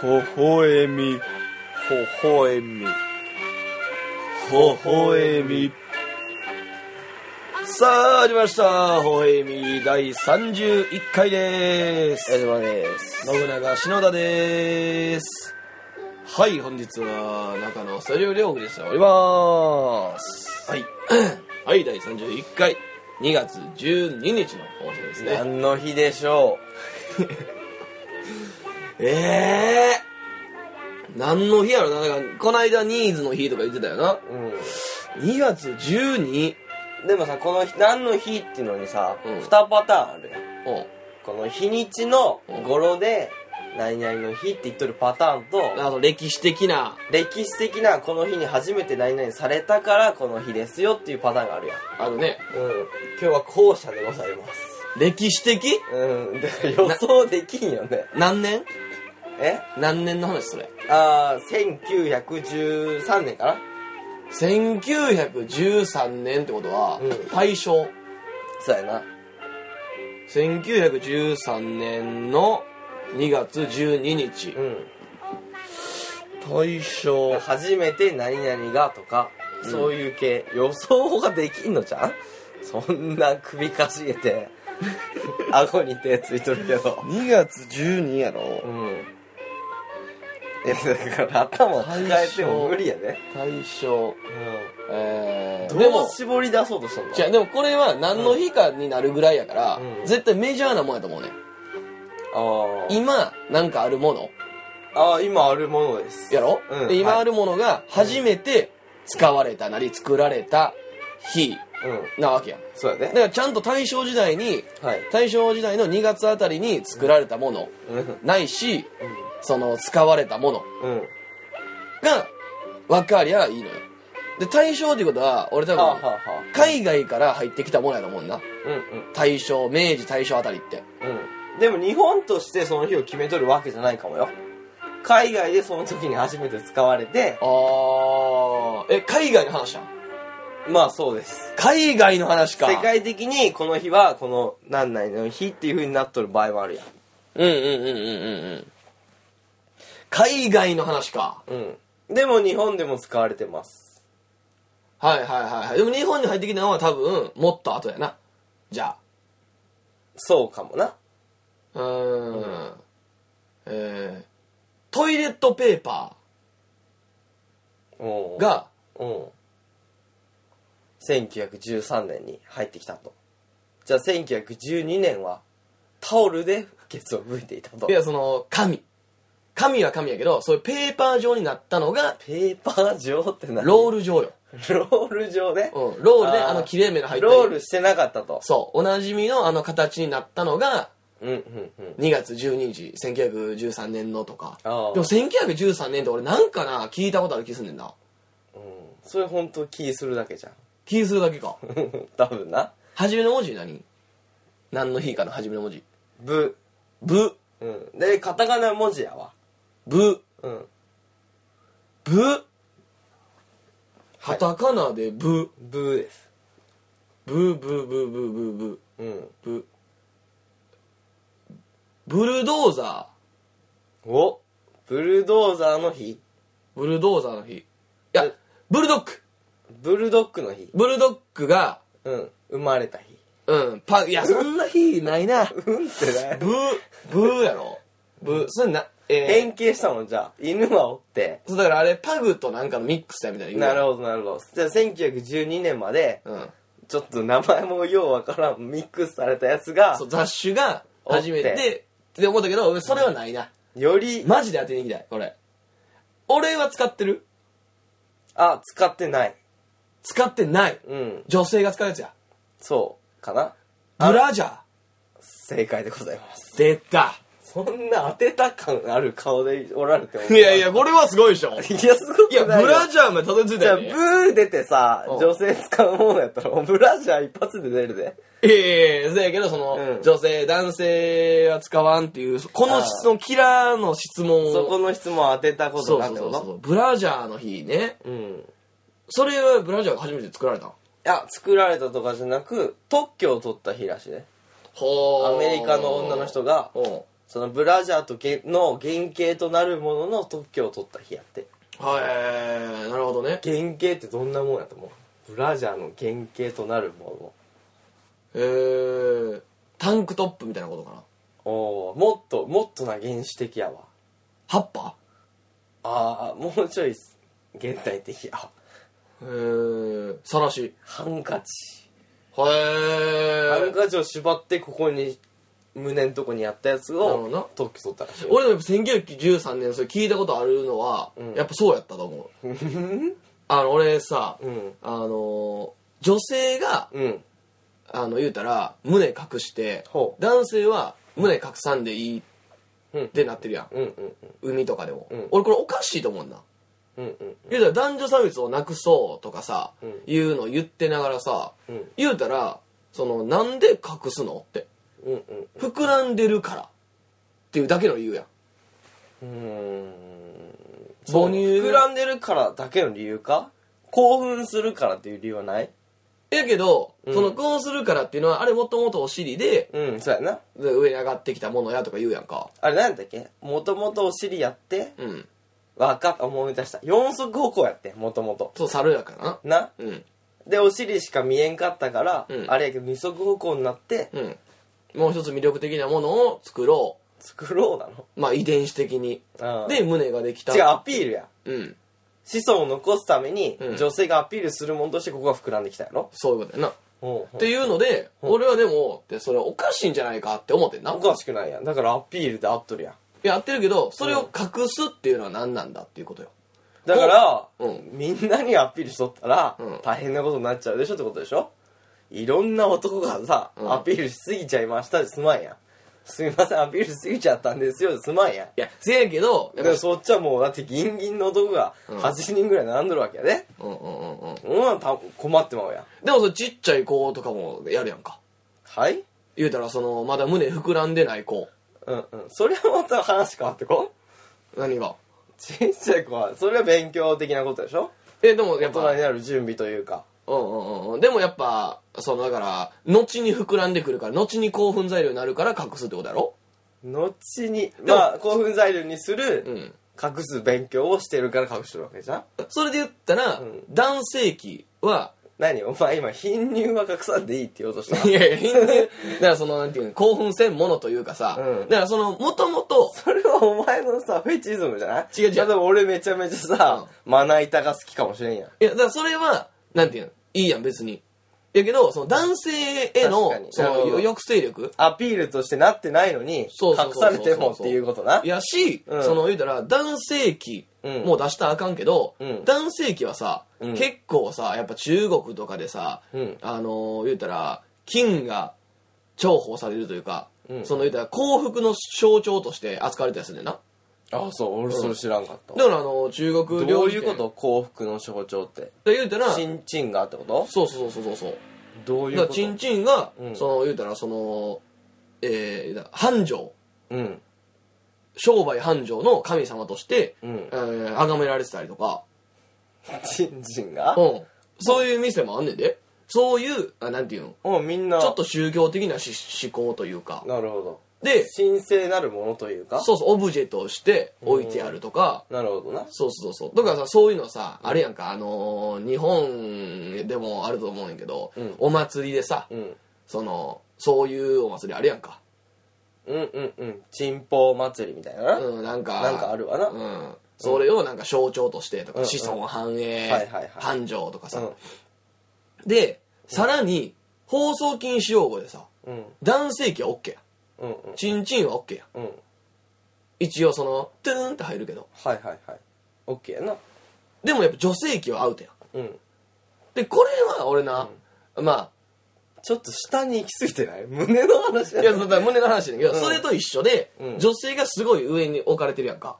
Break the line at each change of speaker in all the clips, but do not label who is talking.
ほほえみ
ほほえみ
ほほえみ
さあ始まりましたほほえみ第31回です
矢島です
信長篠田ですはい本日は中野スタジオでお送りしておりますはい はい第31回2月12日の放送ですね
何の日でしょ
ええー、何の日やろななんかこの間ニーズの日とか言ってたよな
う、う
2月12
ん、でもさこの日何の日っていうのにさ、
うん
二2パターンあるやん
お
この日にちの語呂で何々の日って言っとるパターンと
あと歴史的な
歴史的なこの日に初めて何々されたからこの日ですよっていうパターンがあるやん
あのね
うん今日は後者でございます
歴史的
うんだから予想できんよね
何年
え
何年の話それ
ああ1913年かな
1913年ってことは、
うん
大正
そうやな
1913年の2月12日、
うん
大正
初めて何々がとか、そういう系予想ができんのじゃんそんな首かし げて顎に手ついとるけど
2月12やろ
うんいやだから頭抱えても無理やね、
大正えー、
ど
で
う
も
絞り出そうとしたの
じゃあでもこれは何の日かになるぐらいやから、
うん
絶対メジャーなもんやと思うね
あー
今なんかあるもの
あー今あるものです
やろ、
うん
で今
はい
あるものが初めて使われたなり作られた日
うん
なわけやん
そうや
だ
ね
からちゃんと大正時代に
はい
大正時代の2月あたりに作られたもの
うん
ないしその使われたもの
うん
が分かりゃいいのよで大正っていうことは俺多
はあはあ
分
はあ
海外から入ってきたものやと思うんな
うんうん
大正明治大正あたりって
うんでも日本としてその日を決めとるわけじゃないかもよ海外でその時に初めて使われて
あーえ海外の話やん
まあそうです
海外の話か
世界的にこの日はこの何々の日っていう風になっとる場合もあるやん
うんうんうんうんうんうん海外の話か
うんでも日本でも使われてます
はいはいはいはいでも日本に入ってきたのは多分もっと後やなじゃあ
そうかもな
うーんえー、トイレットペーパー
が
が
うん1913年に入ってきたとじゃあ1912年はタオルでケツを拭いていたと
いやその紙紙は紙やけどそういうペーパー状になったのが
ペーパー状って何
ロール状よ、
ロール状ね、
うん、ロールで
あー
あの切れ目の入った
ロールしてなかったと
そうおなじみのあの形になったのが
うんうんうん
2月12日1913年のとかで
ああ
も1913年って俺なんかな聞いたことある気すんねんな
それ本当気するだけじゃん
気するだけか
多分な
初めの文字何何の日かの初めの文字
ブ
ブ
うんでカタカナ文字やわ
ブ
うん
ブカタカナでブ、
ブーです
ブブブブブブ
うん
ブブルドーザ
おブルドーザーの日
ーブルドーザーの日いやブルドッグ
ブルドッグの日
ブルドッグが
うん生まれた日
うんパいやそんな日ないな
うんってない
ブブやろブそれなえー
変形したもんじゃあ犬はおって
そうだからあれパグとなんかのミックスだみたいな
なる
ほ
ほどなるほどじゃあ1912年まで
ど、うん、
ちょっと名前もようわからんミックスされたやつが
そう雑種が初め
おって
てって思ったけど俺それはないな
より
マジで当てに行きたいこれ俺は使ってる
あ使ってない
使ってない
うん
女性が使うやつや
そうかな
ブラジャー
正解でございます
出た
そんな当てた感ある顔でおられても
いやいやこれはすごいでしょい
いやすごく
やブ
ないよ
ラジャーまでたどり着いた
じゃあ
よ、
ブ
ね、
ー出てさ
うん
女性使うものやったらブラジャー一発で出るで
いやいやいやそやけどその、
うん
女性男性は使わんっていうこの質問キラーの質問を
そこの質問当てたこ
そ
と
う
な
そ
ん
う
て
そ
こ
うそ
と
うブラジャーの日ね
うん
それはブラジャーが初めて作られたの
いや作られたとかじゃなく特許を取った日らしいね
ほ
アメリカの女の人が
お
そのブラジャーとげの原型となるものの特許を取った日やって
はいなるほどね
原型ってどんなもんやと思うブラジャーの原型となるも
えー、タンクトップみたいなことかな
のおーもっともっとな原始的やわ
葉っぱ
ああもうちょい現代的やわ
えー、さらし
ハンカチ
へ
ハ
え
ンカチを縛ってここに胸のとこにやったやつ
なるほどな
を特許取ったらしいよ
俺でも1913年それ聞いたことあるのは、
うん
やっぱそうやったと思 うあの俺さ、
うん
あの女性が
うん
あの言うたら胸隠して
ほう
男性は胸隠さんでいいってなってるやん、
うんうん
海とかでも、
うん
俺これおかしいと思うんだ
うんうんうん
言うたら男女差別をなくそうとかさ、
うん
いうの言ってながらさ、
うん
言うたらそのなんで隠すのって
うんうん
膨らんでるからっていうだけの理由やん
うーん
母乳
膨らんでるからだけの理由か興奮するからっていう理由はない
やけど、
うん
そのこうするからっていうのはあれもともとお尻で
うんそうやな
で上に上がってきたものやとか言うやんか
あれ何だっけもともとお尻やって
うん
わかった思い出した四足歩行やってもともと
そう猿やからな
な
うん
でお尻しか見えんかったから、
うん
あれやけど二足歩行になって
うんもう一つ魅力的なものを作ろ
作ろうなの
うまあ遺伝子的に、
うん
で胸ができた
違うアピールや
うん
子孫を残すために、
うん
女性がアピールするものとしてここが膨らんできたやろ
そういうことやな
ほう
っていうので、俺はでも、でそれおかしいんじゃないかって思ってんな
お。かしくないやんだからアピールで合っとるやん
やってるけど、それを隠すっていうのは何なんだっていうことよ。
だから、
うん
みんなにアピールしとったら、
うん
大変なことになっちゃうでしょってことでしょいろんな男がさ、
うん
アピールしすぎちゃいましたですまんやんすみませんアピールしすぎちゃったんですよですまんやん
いや、せやけど、
だからそっちはもうだってギンギンの男が
うん
8人ぐらい並んどるわけやで、
うんうんうんうん。
うん、た困ってまうやん
でもそれちっちゃい子とかもやるやんか。
はい
言うたら、その、まだ胸膨らんでない子。
うんうんそれはまた話変わって こ
何が
ちっちゃい子はそれは勉強的なことでしょ
え、でもや
大
っぱ、う
人
ん
になる準備というか
うんうんうん。でもやっぱ、その、だから、後に膨らんでくるから、後に興奮材料になるから隠すってことやろ
後に
でも
まあ興奮材料にする、
うん。
隠す勉強をしてるから隠してるわけじゃん
それで言ったら、
うん
男性器は、
何お前今貧乳は隠さんでいいって言おうとした
いやいや、貧乳だからその、なんていうの、興奮せんものというかさ、
うん
だからその、もともと、
それはお前のさフェチイズムじゃない
違う違う
いやでも俺めちゃめちゃさ、まな板が好きかもしれんやん
いや、だからそれは、なんていうの、いいやん、別に。やけど、その男性への
確か、に
そ
なるほ
の、
ど
抑制力
アピールとしてなってないのに
そう
隠
そうそう
さ
そう
れてもっていうことな
やし、
うん
その、言うたら、男性器
うん
もう出したらあかんけど、
うん
男性器はさ、
うん
結構さ、やっぱ中国とかでさ、
うん
あの、言うたら、金が重宝されるというか、
うん
その、言うたら、幸福の象徴として扱われたやつねんな。
あそう俺それ知らんかった、
だから、あの、中国
ど
料
う
理
いう
店
こと幸福の象徴って
で言うたら
チンチンがってこと
そうそうそうそうそう
ど
だ
ういう
か
こ
ら
と
チンチンが、
うん
その言うたらそのえーだ繁盛
うん
商売繁盛の神様として、
うん
えー崇められてたりとか、
チンチン が
うん、そういう店もあんねんでそういうあなんていうの
もうみんな
ちょっと宗教的なし思考というか
なるほど
で
神聖なるものというか
そうそうオブジェとして置いてあるとか、
なるほどな
そうそうそうだからさそういうのさあれやんかあのー日本でもあると思うんやけど、
うん
お祭りでさ、
うん
そのそういうお祭りあれやんか
うんうんうんチンポ祭りみたいなな、
うん、なんか、
なんかあるわな
うん。それをなんか象徴としてとか、
うん
子孫繁栄、
はいはいはい
繁盛とかさ、
う
で、さらに、放送禁止用語でさ、
んうん
男性器は OK や。
うん
チンチンは OK や。
うんうん
一応その、トゥーンって入るけど。
はいはいはいオッケーやな
でもやっぱ女性器はアウトや。
うん
で、これは俺な、ま
ちょっと下に行き過ぎてない胸の話
あ、
だ
いや、だから胸の話だけど、
うん
それと一緒で、
うん
女性がすごい上に置かれてるやんか。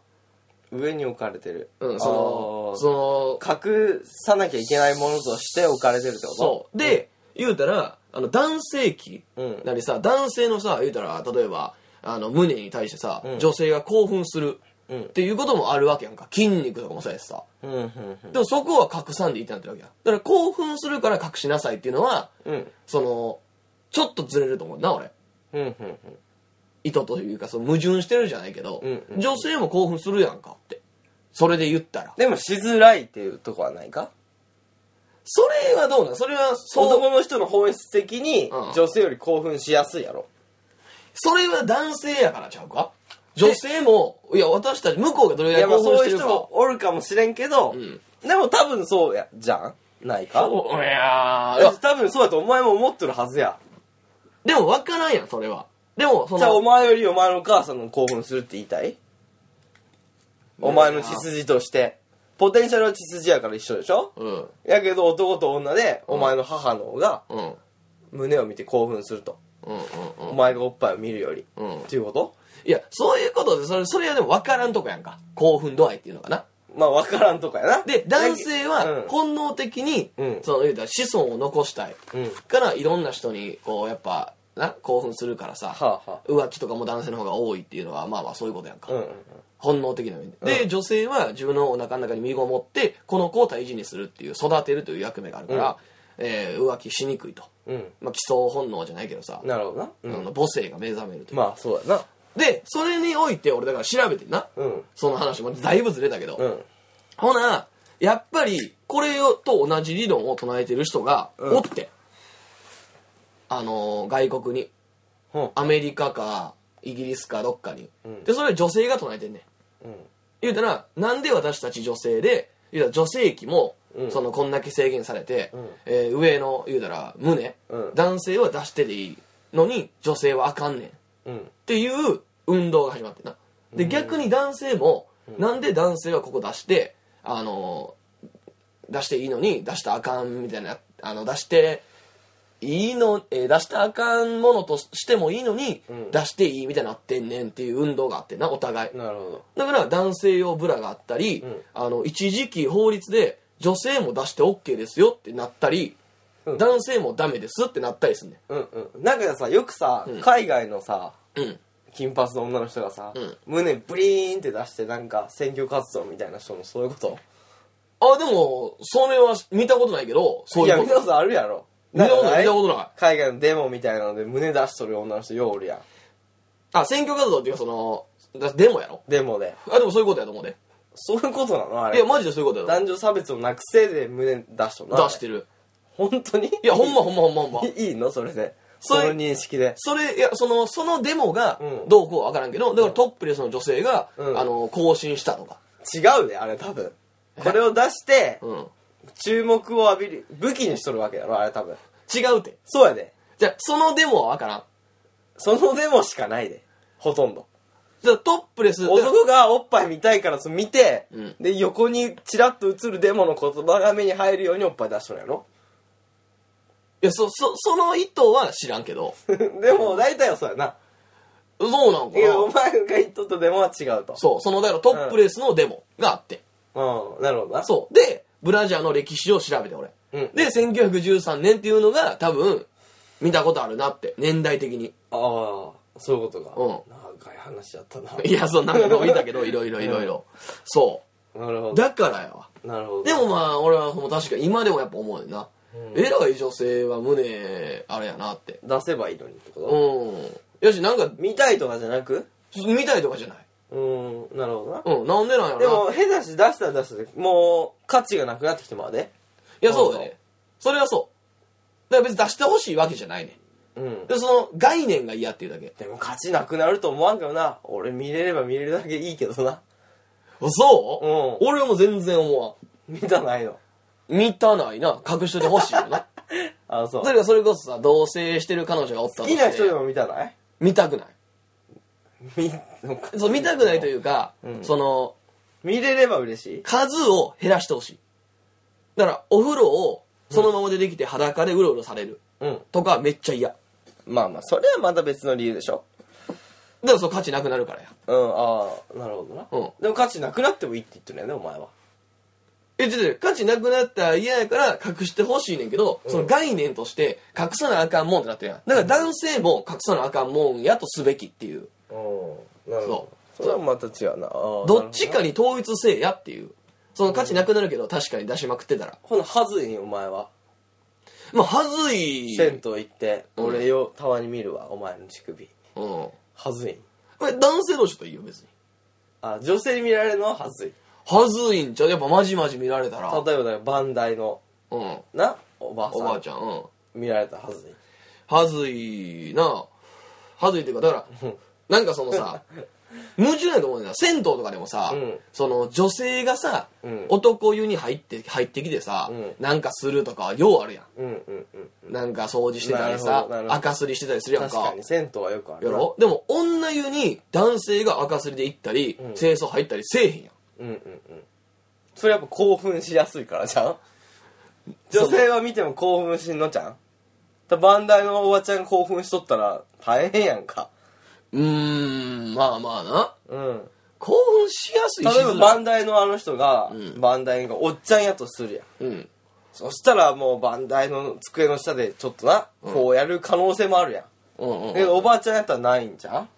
上に置かれてる
うん、その、
あー
その、
隠さなきゃいけないものとして置かれてるってこと
そう。で、言うたら、あの、男性器
うん
なりさ、男性のさ、言うたら、例えば、あの、胸に対してさ、
うん
女性が興奮する
うん
っていうこともあるわけやんか。筋肉とかもそうやしさ。
うんうん
でもそこは隠さんでいいってなってるわけや。だから興奮するから隠しなさいっていうのは、
うんうん
その、ちょっとずれると思うな、俺。
うんうんうん
意図というかその矛盾してるじゃないけど、
うんうん
女性も興奮するやんかってそれで言ったら
でもしづらいっていうとこはないか
それはどうなんそれはそう
男の人の本質的に
うん
女性より興奮しやすいやろ
それは男性やからちゃうか女性もいや私たち向こうがどれ
い
ぐら
や
い
まあ
興奮し
そう
て
いう
るか
人もおるかもしれんけど、
ん
でも多分そうやじゃんないか
そういやーいや
多分そうやとお前も思ってるはずや
でも分からんやんそれはでもそ
じゃあ
の
お前よりお前のお母さんの興奮するって言いたいお前の血筋としてポテンシャルは血筋やから一緒でしょ
うん
やけど男と女でお前の母の方が
うんうん
胸を見て興奮すると
うん
お前がおっぱいを見るより
うんうん
っていうこと
いやそういうことでそれそれはでも分からんとこやんか興奮度合いっていうのかな
まあ分からんとかやな
で男性
う
は
ん
本能的に、
うん
その言うたら子孫を残したい、
うん
からいろんな人にこうやっぱな興奮するからさ、
はあは
浮気とかも男性の方が多いっていうのはまあまあそういうことやんか、
うんうんうん
本能的な面で、で女性は自分のお腹の中に身ごもってこの子を大事にするっていう育てるという役目があるから、えー浮気しにくいと、
うん
まあ、基礎本能じゃないけどさ、
なるほどな、う
あ
ん
の母性が目覚めるという、
まあそうやな
でそれにおいて俺だから調べてんな、
うん
その話もだいぶずれたけど、
うん
ほな、やっぱり、これをと同じ理論を唱えてる人が
うん
おって、あのー、外国に、
ほん
アメリカか、イギリスかどっかに。
うん
で、それは女性が唱えてんねん。言うたら、なんで私たち女性で、言うたら女性器も、
うん
その、こんだけ制限されて、
うん
えー上の、言うたら、胸、
うん
男性は出してでいいのに、女性はあかんねん。
うんうん
っていう運動が始まってなで逆に男性も、なんで男性はここ出してあの出していいのに出したらあかんみたいなあの出していいの、えー出したらあかんものとしてもいいのに、
うん
出していいみたいになってんねんっていう運動があってなお互い
なるほど
だから男性用ブラがあったり、
うん
あの一時期法律で女性も出して OK ですよってなったり、
うん
男性もダメですってなったりすんね
うんうんなんかさよくさ、
ん
海外のさ
んうん
金髪の女の人がさ、
うん
胸ブリーンって出してなんか選挙活動みたいな人もそういうこと
あ、でも、そうめんは見たことないけど、そういう
や
こ
見た
と。
ことあるやろ
見たこと
んか
ない、見たことない。
海外のデモみたいなので胸出しとる女の人ようおるやん
あ、選挙活動っていうか、その、だデモやろ
デモで
あ、でもそういうことやと思うで。
そういうことなのあ
い
れ
や、マジでそういうことや
男女差別をなくせで胸出しとる
と
な
思う。出して
る
る。
本当に
いや、ほんまほんまほんまほんま。
いいいのそれでそ
それ
の認識で
それ、いや、その、そのデモが
うん、
どうこうわからんけど、だからトップレスの女性が、
うん
あの、更新したとか。
違うであれ多分これを出して
うん。
注目を浴びる武器にしとるわけやろあれ多分
違うって。
そうやで
じゃあそのデモはわからん。
そのデモしかないでほとんど
じゃあトップレス、
男がおっぱい見たいからその見て、
うん
で横にチラッと映るデモの言葉が目に入るようにおっぱい出しとるやろ
いや、そ、そ、その意図は知らんけど。
でも大体はそうやな
そうなんか
いやお
な。
前が言っとったデモは違うと
そう、その、だからトップレスのデモがあって。
うんなるほどな
そう。で、ブラジャーの歴史を調べて、俺。
うん
で、1913年っていうのが多分、見たことあるなって、年代的に。
ああそういうことか、
う
長い話やったない
や、そう、なんか見たけ ど、いろいろいろいろ。そ
なるほ
う。
ど
だからやわ。
なるほど
でもまあ、俺はもう確かに今でもやっぱ思うよな。
うん
偉い女性は胸、あれやなって。
出せばいいのにってこと、
うん。やし、なんか、
見たいとかじゃなく
見たいとかじゃない。
うんなるほどな、
うん、なんでなんや
で
ろな。
も下手し出したら出したでもう価値がなくなってきてまうで
いや、そうだね。それはそう。だから別に出してほしいわけじゃないね。
うん
で、その概念が嫌っていうだけ。
でも勝ちなくなると思わんけどな俺見れれば見れるだけいいけどな
そう、
うん
俺はもう全然思わん。
見たないの
満たないな隠しといてほしいよな
あ そう
例えばそれこそさ同棲してる彼女がおったと
好
して
きな人でも見たない
見たくない
見
そう見たくないと
う
いうか、
ん
その
見れれば嬉しい
数を減らしてほしいだからお風呂をそのまま出てきて裸でうろうろされる
うん
とかめっちゃ嫌だか
まあまあそれはまた別の理由でしょ
らそう価値なくなるからや
うんああなるほどな、
うん
でも価値なくなってもいいって言ってるよねお前は
えちょっと価値なくなったら嫌やから隠してほしいねんけど、その概念として隠さなあかんもんってなってるやんだから男性も隠さなあかんもんやとすべきっていう
うんなる
ほど
それはまた違うなあー
どっち
なる
かに統一せえやっていうその価値なくなるけど確かに出しまくってたら
ほどなほなはずいんお前は
まあ、はずい。
銭湯行って
うん
俺よたまに見るわお前の乳首
うん。
はずいん
これ男性同士といいよ別に
あ女性に見られるのははずい
はずいんちゃうやっぱまじまじ見られたら
例えばだからバンダイの
うん
なおばあさん
おばあちゃんうん
見られたらはずい
はずいなはずいっていうかだからなんかその さ矛盾やと思うんだよ銭湯とかでもさ、
うん
その女性がさ、
うん
男湯に入って入ってきてさ、
うん
なんかするとかはようあるや
うんうんうん
んなんか掃除してたりさ
なるほどなるほど
赤すりしてたりするやん
確
か
かに銭湯はよくある
や
な
ろでも女湯に男性が赤すりで行ったり、
うん
清掃入ったりせえへんやん
うんうんうんそれやっぱ興奮しやすいからじゃん女性は見ても興奮しんのじゃんだバンダイのおばちゃんが興奮しとったら大変やんか
うーんまあまあな
うん
興奮しやすいし
例えば
づらい
バンダイのあの人が、
うん
バンダイがおっちゃんやとするやん
うん
そしたらもうバンダイの机の下でちょっとな、
うん
こうやる可能性もあるやん
うんうん
けどおばあちゃんやったらないんじゃん、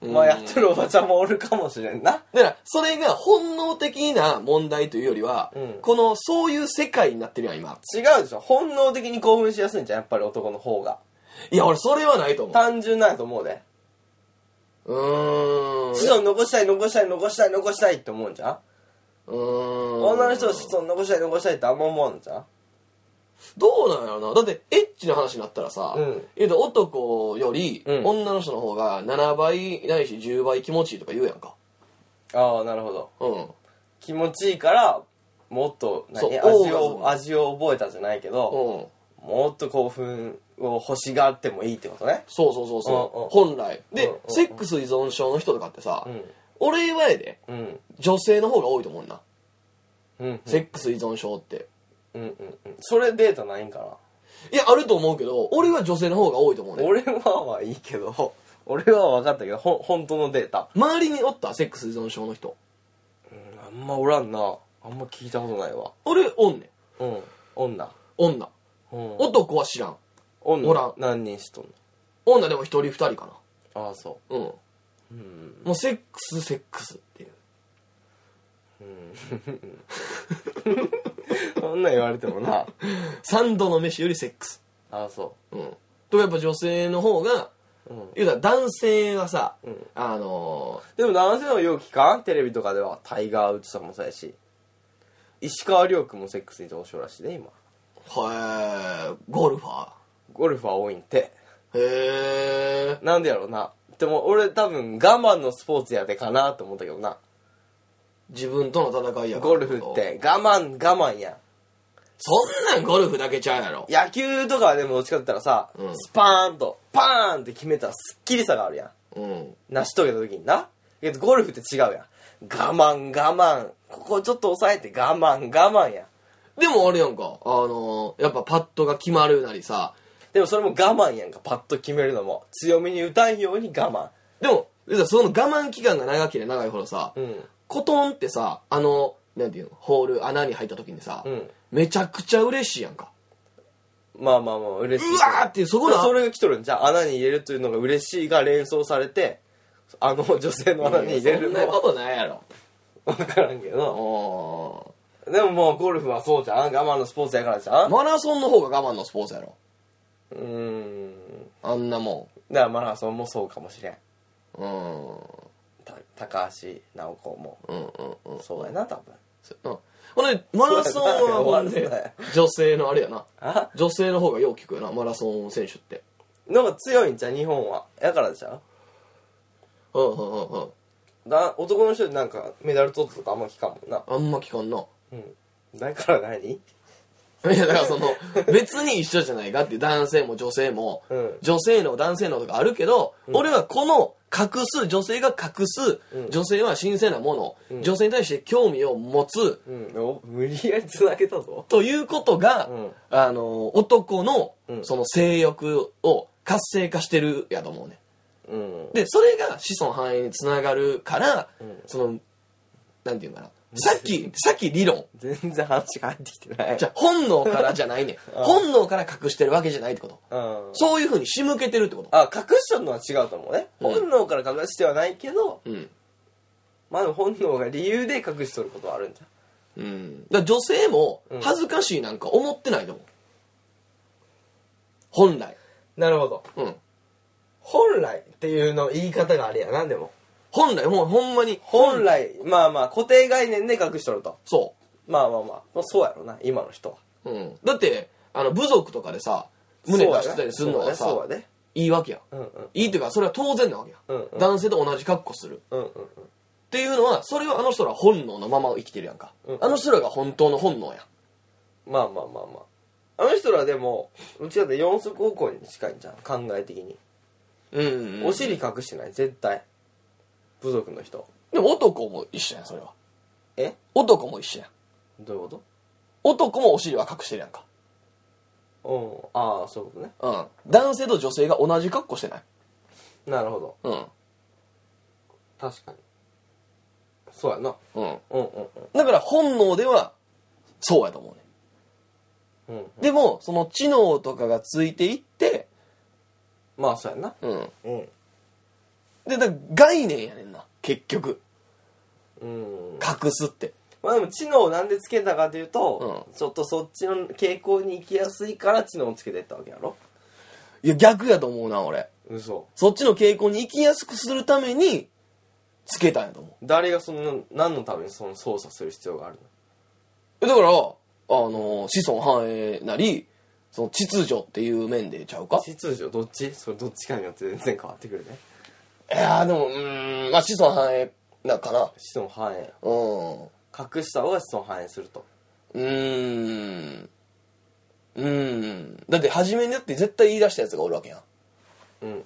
うん
まあやってるおばちゃんもおるかもしれんな
だから、それが本能的な問題というよりは、
うん
この、そういう世界になってるやん、今。
違うでしょ本能的に興奮しやすいんじゃんやっぱり男の方が
いや、俺、それはないと思
単純なんやと思うで
う。うーん。
子孫残したい残したい残したい残したいって思うんじゃん
うーん。
女の人は子孫残したい残したいってあんま思うんじゃん
どうなんやろな。だって、エッチな話になったらさ、
うん
言うと男より、
うん
女の人の方が7倍、ないし10倍気持ちいいとか言うやんか。
ああなるほど
うん。
気持ちいいからもっと
そう
何
オー
味
ガズム
を味を覚えたじゃないけど
うん。
もっと興奮を欲しがってもいいってことね
そうそうそうそう。本来。で、
うんうんうん
セックス依存症の人とかってさ、
うん
俺はやで、
うん
女性の方が多いと思うな。
うん
セックス依存症って。
うんうんうんそれデータないんか
いや、あると思うけど、俺は女性の方が多いと思う
な
ね。
俺ははいいけど俺は分かったけどほん本当のデータ
周りにおったセックス依存症の人。
うんあんまおらんなあんま聞いたことないわ
俺、おんねん。
うん女
女。
うん
男は知らん。
女
おらん
何人しとんの
女でも一人二人か
ああそ
な。うん。
ううん
もうセックス、セックスっていう。
そんなん言われてもな
三度の飯よりセックス。
ああそ
うん。とかやっぱ女性の方が、
う、うん、
言うたら男性はさ、
うん
あの
でも男性の容器かんテレビとかではタイガー・ウッズさんもそうやし石川遼君もセックスに同性らしいね今
ー、はえゴルファ
ゴルファー多いんて
ー。へえ。
なんでやろうなでも俺多分我慢のスポーツやでかなと思ったけどな
自分との戦いやから
ゴルフっ。て我慢我慢やん
そんなんゴルフだけちゃうやろ。
野球とかはでもどっちかって言ったらさ、
うん
スパーンとパーンって決めたらすっきりさがあるやん
うん。
成し遂げた時になけどゴルフって違うやん我慢我慢ここちょっと抑えて我慢我慢やん
でもあれやんか、あのーやっぱパットが決まるなりさ、
でもそれも我慢やんかパッと決めるのも強めに打たんように我慢
でも、実はその我慢期間が長ければ長いほどさ、
うん
コトンってさ、あの、なんていうの、ホール、穴に入った時にさ、
うん
めちゃくちゃ嬉しいやんか。
まあまあまあ嬉しいう
わーっていう、そこの、
それが来とるんじゃあ穴に入れるというのが嬉しいが連想されてあの女性の穴に入れる
そんな
の
こと
は
ないやろ。
分からんけど
お
でももうゴルフはそうじゃん我慢のスポーツやからじゃ
ー
ん
マラソンの方が我慢のスポーツやろ。
うーん
あんなも
だからマラソンもそうかもしれん
ん。うん。
た高橋直子も
うんうんうん。
そうやな多分
そううんほんで、マラソンはほん
そうやな終わる
で
ね、
女性のあれやな。
あ
女性の方がよう聞くよな、マラソン選手って。
のが強いんじゃう日本はやからじゃん
うんうんうんうん。
だ男の人でなんかメダル取ったとかあんま聞かんもんな
あんま聞かんな。
うんだから何
いやだからそ の別に一緒じゃないかっていう男性も女性も、
うん
女性の男性のとかあるけど、俺はこの隠す女性が隠す、
うん
女性は神聖なもの、
うん
女性に対して興味を持つ
うんお無理やりつなげたぞ
ということが、
うん
あの男の
うん
その性欲を活性化してるやと思うね
うん
でそれが子孫繁栄につながるから、
ん
そのなんていうかなさっきさっき理論
全然話が入ってきてない
じゃあ本能からじゃないねん
あ
本能から隠してるわけじゃないってこと
うん
そういうふうに仕向けてるってこと。
あ隠しとるのは違うと思うね、
うん
本能から隠してはないけど
うん。
まあでも本能が理由で隠しとることはあるんじゃん
うん。だから女性も
うん
恥ずかしいなんか思ってないと思う。本来。
なるほど
うん。
本本来っていうの言い方があれやなでも
本来もうほんまに
本来まあまあ固定概念で隠しとると
そ
まあまあまあまあそうやろな今の人は
う、うん、だってあの部族とかでさ胸出してたりするのはさ、
そうやね
いいわけやん
そうやねそうやね
いいっていうかそれは当然なわけや、
うんうん
男性と同じ格好する
うんうんうんうん
っていうのはそれはあの人ら本能のまま生きてるやんか、
うん
あの人らが本当の本能や
まあまあまあまああの人らでもうちだって四足歩行に近いんじゃん考え的に、
うん、
お尻隠してない絶対部族の人
でも男も一緒やんそれは
え
男も一緒やん
どういうこ
男もお尻は隠してるやんか
とうんああそういうことね
うん男性と女性が同じ格好してない
なるほど
うん
確かにそうやな
うん
うんうんうん
だから本能ではそうやと思うね
うんうん
でもその知能とかがついていって
まあそうやな
うん
うん
でだから概念やねんな結局
うん
隠すって
まあでも知能をなんでつけたかというと、
う
ちょっとそっちの傾向に行きやすいから知能をつけていったわけやろ
いや逆やと思うな俺
嘘
そっちの傾向に行きやすくするためにつけたんやと思う
誰がそんな何のためにその操作する必要がある
えだからあの子孫繁栄なりその秩序っていう面でちゃうか
の秩序どっちそれどっちかによって全然変わってくるね
いやーでもうーんまあ子孫繁栄なんかな
子孫繁栄
うんう
隠した方が子孫繁栄すると
ーんうーんだって初めにだって絶対言い出したやつがおるわけやん
うんうん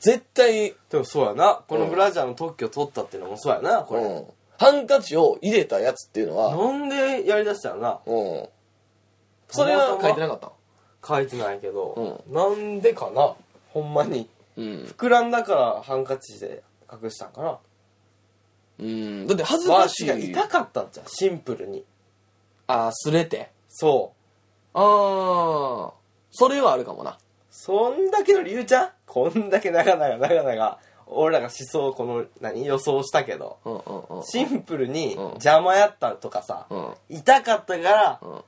絶対
でもそうやなこのブラジャーの特許取ったっていうのもそうやなこ
う
れ、
んハンカチを入れたやつっていうのは
なんでやりだしたよな
うんそれは書いてなかった
書いてないけど、なんでかなほんまに
うん
膨らんだからハンカチで隠したんかな
うんだって恥ず
わ
か
し
し
が
い
痛かったんじゃんシンプルに
ああすれて
そう
ああそれはあるかもな
そんだけの理由ちゃんこんだけ長々長々俺らが思想をこの何予想したけど
うんうんうん
シンプルに
うん
邪魔やったとかさ、
うん
痛かったから、
うん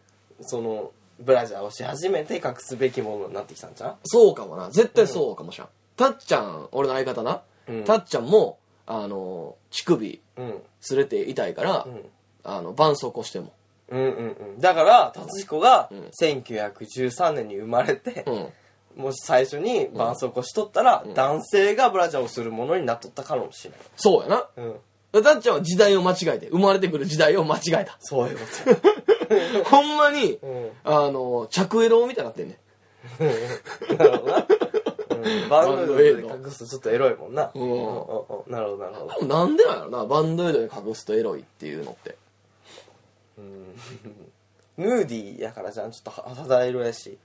そのブラジャーをし始めて隠すべきものになってきたんじゃん
そうかもな絶対そうかもしらん、たっちゃん俺の相方な、
うん
たっちゃんもあの乳首
うん
すれて痛いから、
うん
あの絆創膏しても
うんうんうんだから達彦が
うん
1913年に生まれて、
うん
もし最初に絆創膏しとったら、男性がブラジャーをするものになっとったかもしれない、
そうやな
うん、
たっちゃんは時代を間違えて生まれてくる時代を間違えた
そういうこと
ほんまに、
うん
あの着エロみたいになってんね
なるほどな、うん、バンドエイドで隠すとちょっとエロいもんな、
う
うんんうんうん、なるほどなるほど
でもなんでなんやろなバンドエイドに隠すとエロいっていうのって
ヌーディーやからじゃんちょっと肌色やし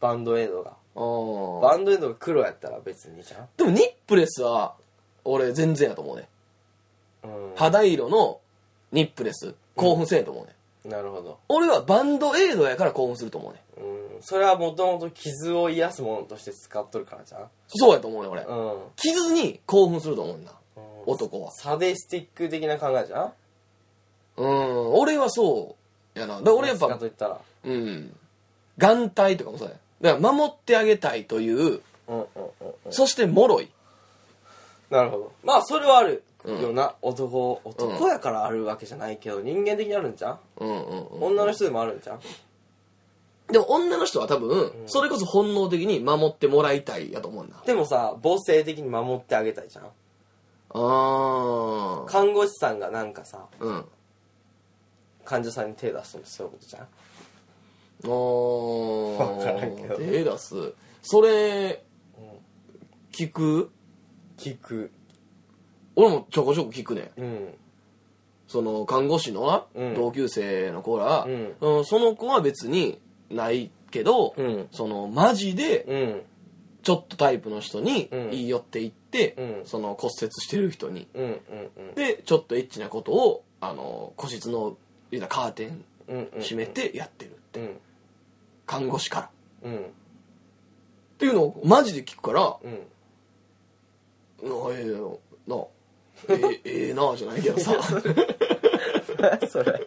バンドエイドが
ああ
バンドエイドが黒やったら別にじゃん、
でもニップレスは俺全然やと思うね
うん、
肌色のニップレス興奮せんやと思うね、
なるほど、
俺はバンドエイドやから興奮すると思うね
うん、それはもともと傷を癒すものとして使っとるからじゃん
そうやと思うね俺、
うん、
傷に興奮すると思うねんな
うん
男は
サディスティック的な考えじゃん
うん俺はそうやなだから俺やっ
どちか
ぱ
と言ったら
うん眼帯とかもそうやだから守ってあげたいという
うんうんうんうん
そして脆い
なるほどまあそれはある
うん
ような、男男やからあるわけじゃないけど人間的にあるんじゃん、
うんうんうん
女の人でもあるんじゃん
でも女の人は多分それこそ本能的に守ってもらいたいやと思うんだ
でもさ母性的に守ってあげたいじゃん
あー
看護師さんがなんかさ
うん
患者さんに手出すのそういうことじゃん
お
わからんけ
ー
ど
手出すそれ聞く
聞く
俺もちょこちょこ聞くね
うん
その看護師のな、
うん
同級生の子ら、
うん
うんその子は別にないけど、
うん
そのマジで
うん
ちょっとタイプの人に
うん
言い寄っていって、
うん
その骨折してる人に
うんうん
でちょっとエッチなことをあの個室の言うたらカーテン
うんうんうん
閉めてやってる、
うん
看護師からっ
うん
ていうのをマジで聞くから 「
うん
うんええなあええええな」じゃないけど さ
それ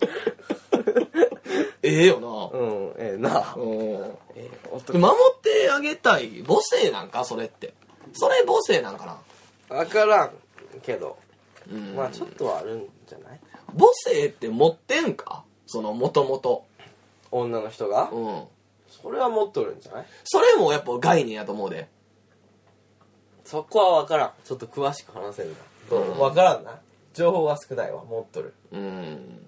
ええよな
うんええな
うん
ええ
で
男
守ってあげたい母性なんかそれってそれ母性なんかな
分からんけど
うん
まあちょっとはあるんじゃない
母性って持ってんかそのもともと
女の人が
うん
それは持っとるんじゃない
それもやっぱ概念やと思うで
そこは分からんちょっと詳しく話せるな、
うん
分からんな情報が少ないわ持っとる
うん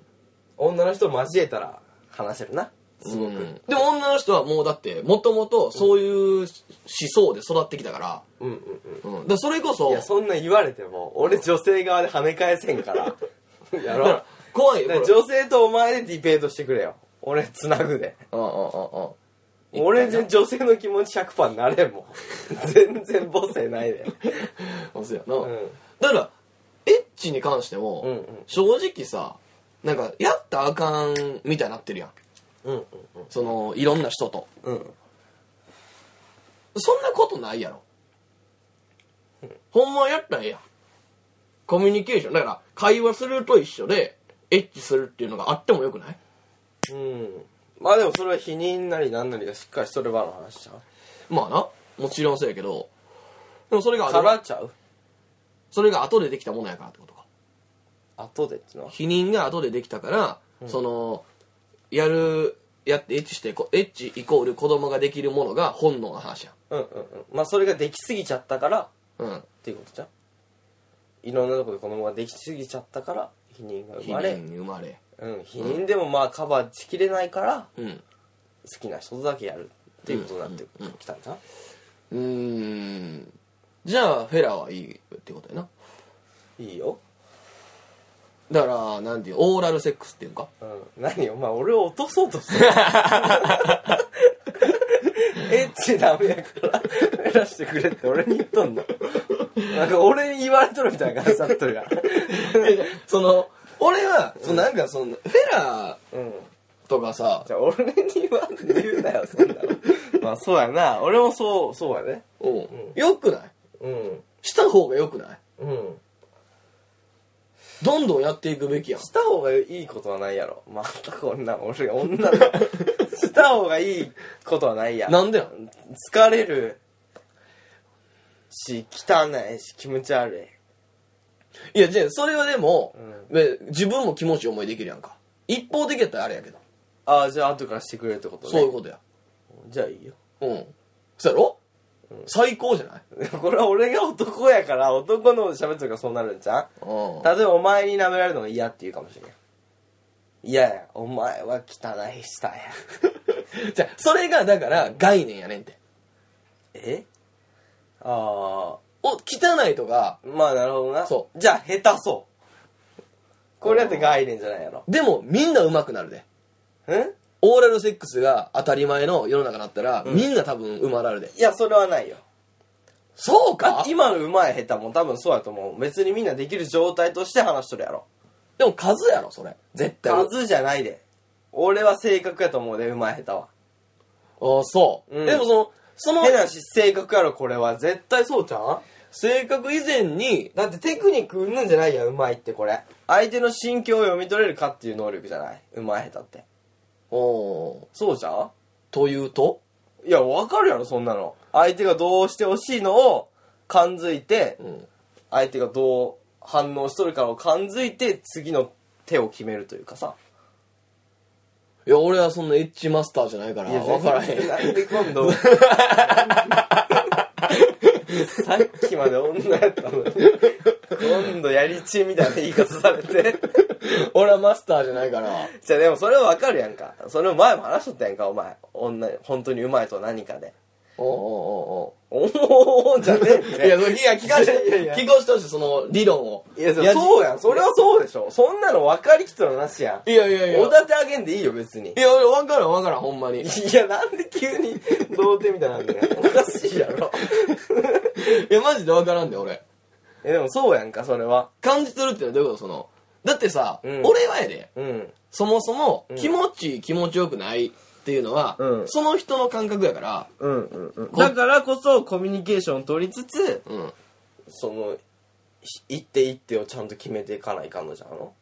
女の人を交えたら話せるなすごく、
うんでも女の人はもうだってもともとそういう思想で育ってきたから,、
うんうんうん
うん、だからそれこそ
いやそんな言われても俺女性側で跳ね返せんから や
だ
ろ
から怖いよ
だから
これ
女性とお前でディベートしてくれよ俺つなぐで
うんうんうんうん
俺全女性の気持ち100%になれんもん 全然母性ない で
そうやな、
ん
だからエッチに関しても、
うんうん
正直さなんかやったらあかんみたいになってるやん
うんうん
そのいろんな人と
うんうん
そんなことないやろ、ほんまはやったらええやんコミュニケーションだから会話すると一緒でエッチするっていうのがあってもよくない
うんまあでもそれは否認なりなんなりがしっかりしとればの話ちゃう
まあなもちろんそうやけどでもそれが後
からちゃう
それが後でできたものやからってことか
後でってのは
否認が後でできたから、そのやるやってエッチしてこエッチイコール子供ができるものが本能の話や
うんうんうんまあそれができすぎちゃったからっ
んうん
ていうことじゃんいろんなとこで子供ができすぎちゃったから否認が生
否
ま
認
れ
に生まれ
うん否認でもまあカバーしきれないから
うん
好きな人とだけやるっていうことになってきたんじゃん
うーんじゃあフェラはいいってことやない
いよ
だからなんていうオーラルセックスっていうか
うん、何お前俺を落とそうと してるエッチダメやから減らしてくれって俺に言っとんのなんか俺に言われとるみたいな感じだっとるやん
その俺は、 そのなんかそのフェラ
うん
とかさ
じゃあ俺に言わんで言うなよそんなのまあそうやな俺もそうそうやね
うん、よくない
うん
した方がよくない
うん
どんどんやっていくべきやん
した方がいいことはないやろまたこんな俺が女だした方がいいことはないやん
なんでやん
疲れるし汚いし気持ち悪い
いや、じゃあ、それはでも、
う
で自分も気持ちいい思いできるやんか。一方的やったらあれやけど。
ああじゃあ後からしてくれるってことね
そういうことや。
じゃあいいよ
うん。そやろ、最高じゃない
これは俺が男やから男の喋ってるからそうなるんじゃん
うん。
例えばお前に舐められるのが嫌って言うかもしれん嫌やお前は汚い舌や
じゃあそれが、だから、概念やねんって。
えあ
お、汚いとか、
あまあなるほどな
そう
じゃあ下手そうこれだって概念じゃないやろ
でも、みんな上手くなるで。
うん
オーラルセックスが当たり前の世の中になったら、みんな多分上手なるで。
いやそれはないよ
そう
だっ
か
て今のうまい下手も多分そうやと思う別にみんなできる状態として話しとるやろ
でも数やろ、それ。絶対。あ
数じゃないで俺は性格やと思うでうまい下手は
あ、そう、
うん
でもその、その
変、なし性格やろこれは絶対そうじゃん
性格以前に、
だってテクニックうんぬんじゃないやんうまいってこれ相手の心境を読み取れるかっていう能力じゃないうまい下手って
おー
そうじゃん
というと
いやわかるやろそんなの相手がどうしてほしいのを感づいて
うん。
相手がどう反応しとるかを感づいて次の手を決めるというかさ
いや、俺はそんなエッチマスターじゃないから、わからへん。
なんで今度 さっきまで女やったのに今度やりちんみたいな言い方されて
俺はマスターじゃない から。
じゃあでもそれはわかるやんかそれを前も話しとったやんかお前女本当にうまいとは何かで
おうお
おおおじゃねえっ
うおういや、
て
それ いや聞かせ
いやい
て、
や
聞かせてほしい、その理論を。
いやそそうやんそれはそうでしょそんなの分かりきっとる話やん
いやいやいや。
おだてあげんでいいよ別に
いや、俺わからんわからん、ほんまに。い
いやなんで急に童貞みたいなんだよおかしいやろ
や、マジでわからんで、俺。
えでもそうやんかそれは
感じ取るってのはどういうことその。だってさ、
うん
俺はやで、
うん
そもそも気持ちいい、気持ちよくないっていうのは、
うん
その人の感覚やから、
うんうんうんだからこそコミュニケーションを取りつつ
うん。
そのひ一手一手をちゃんと決めていかないかんのじゃんの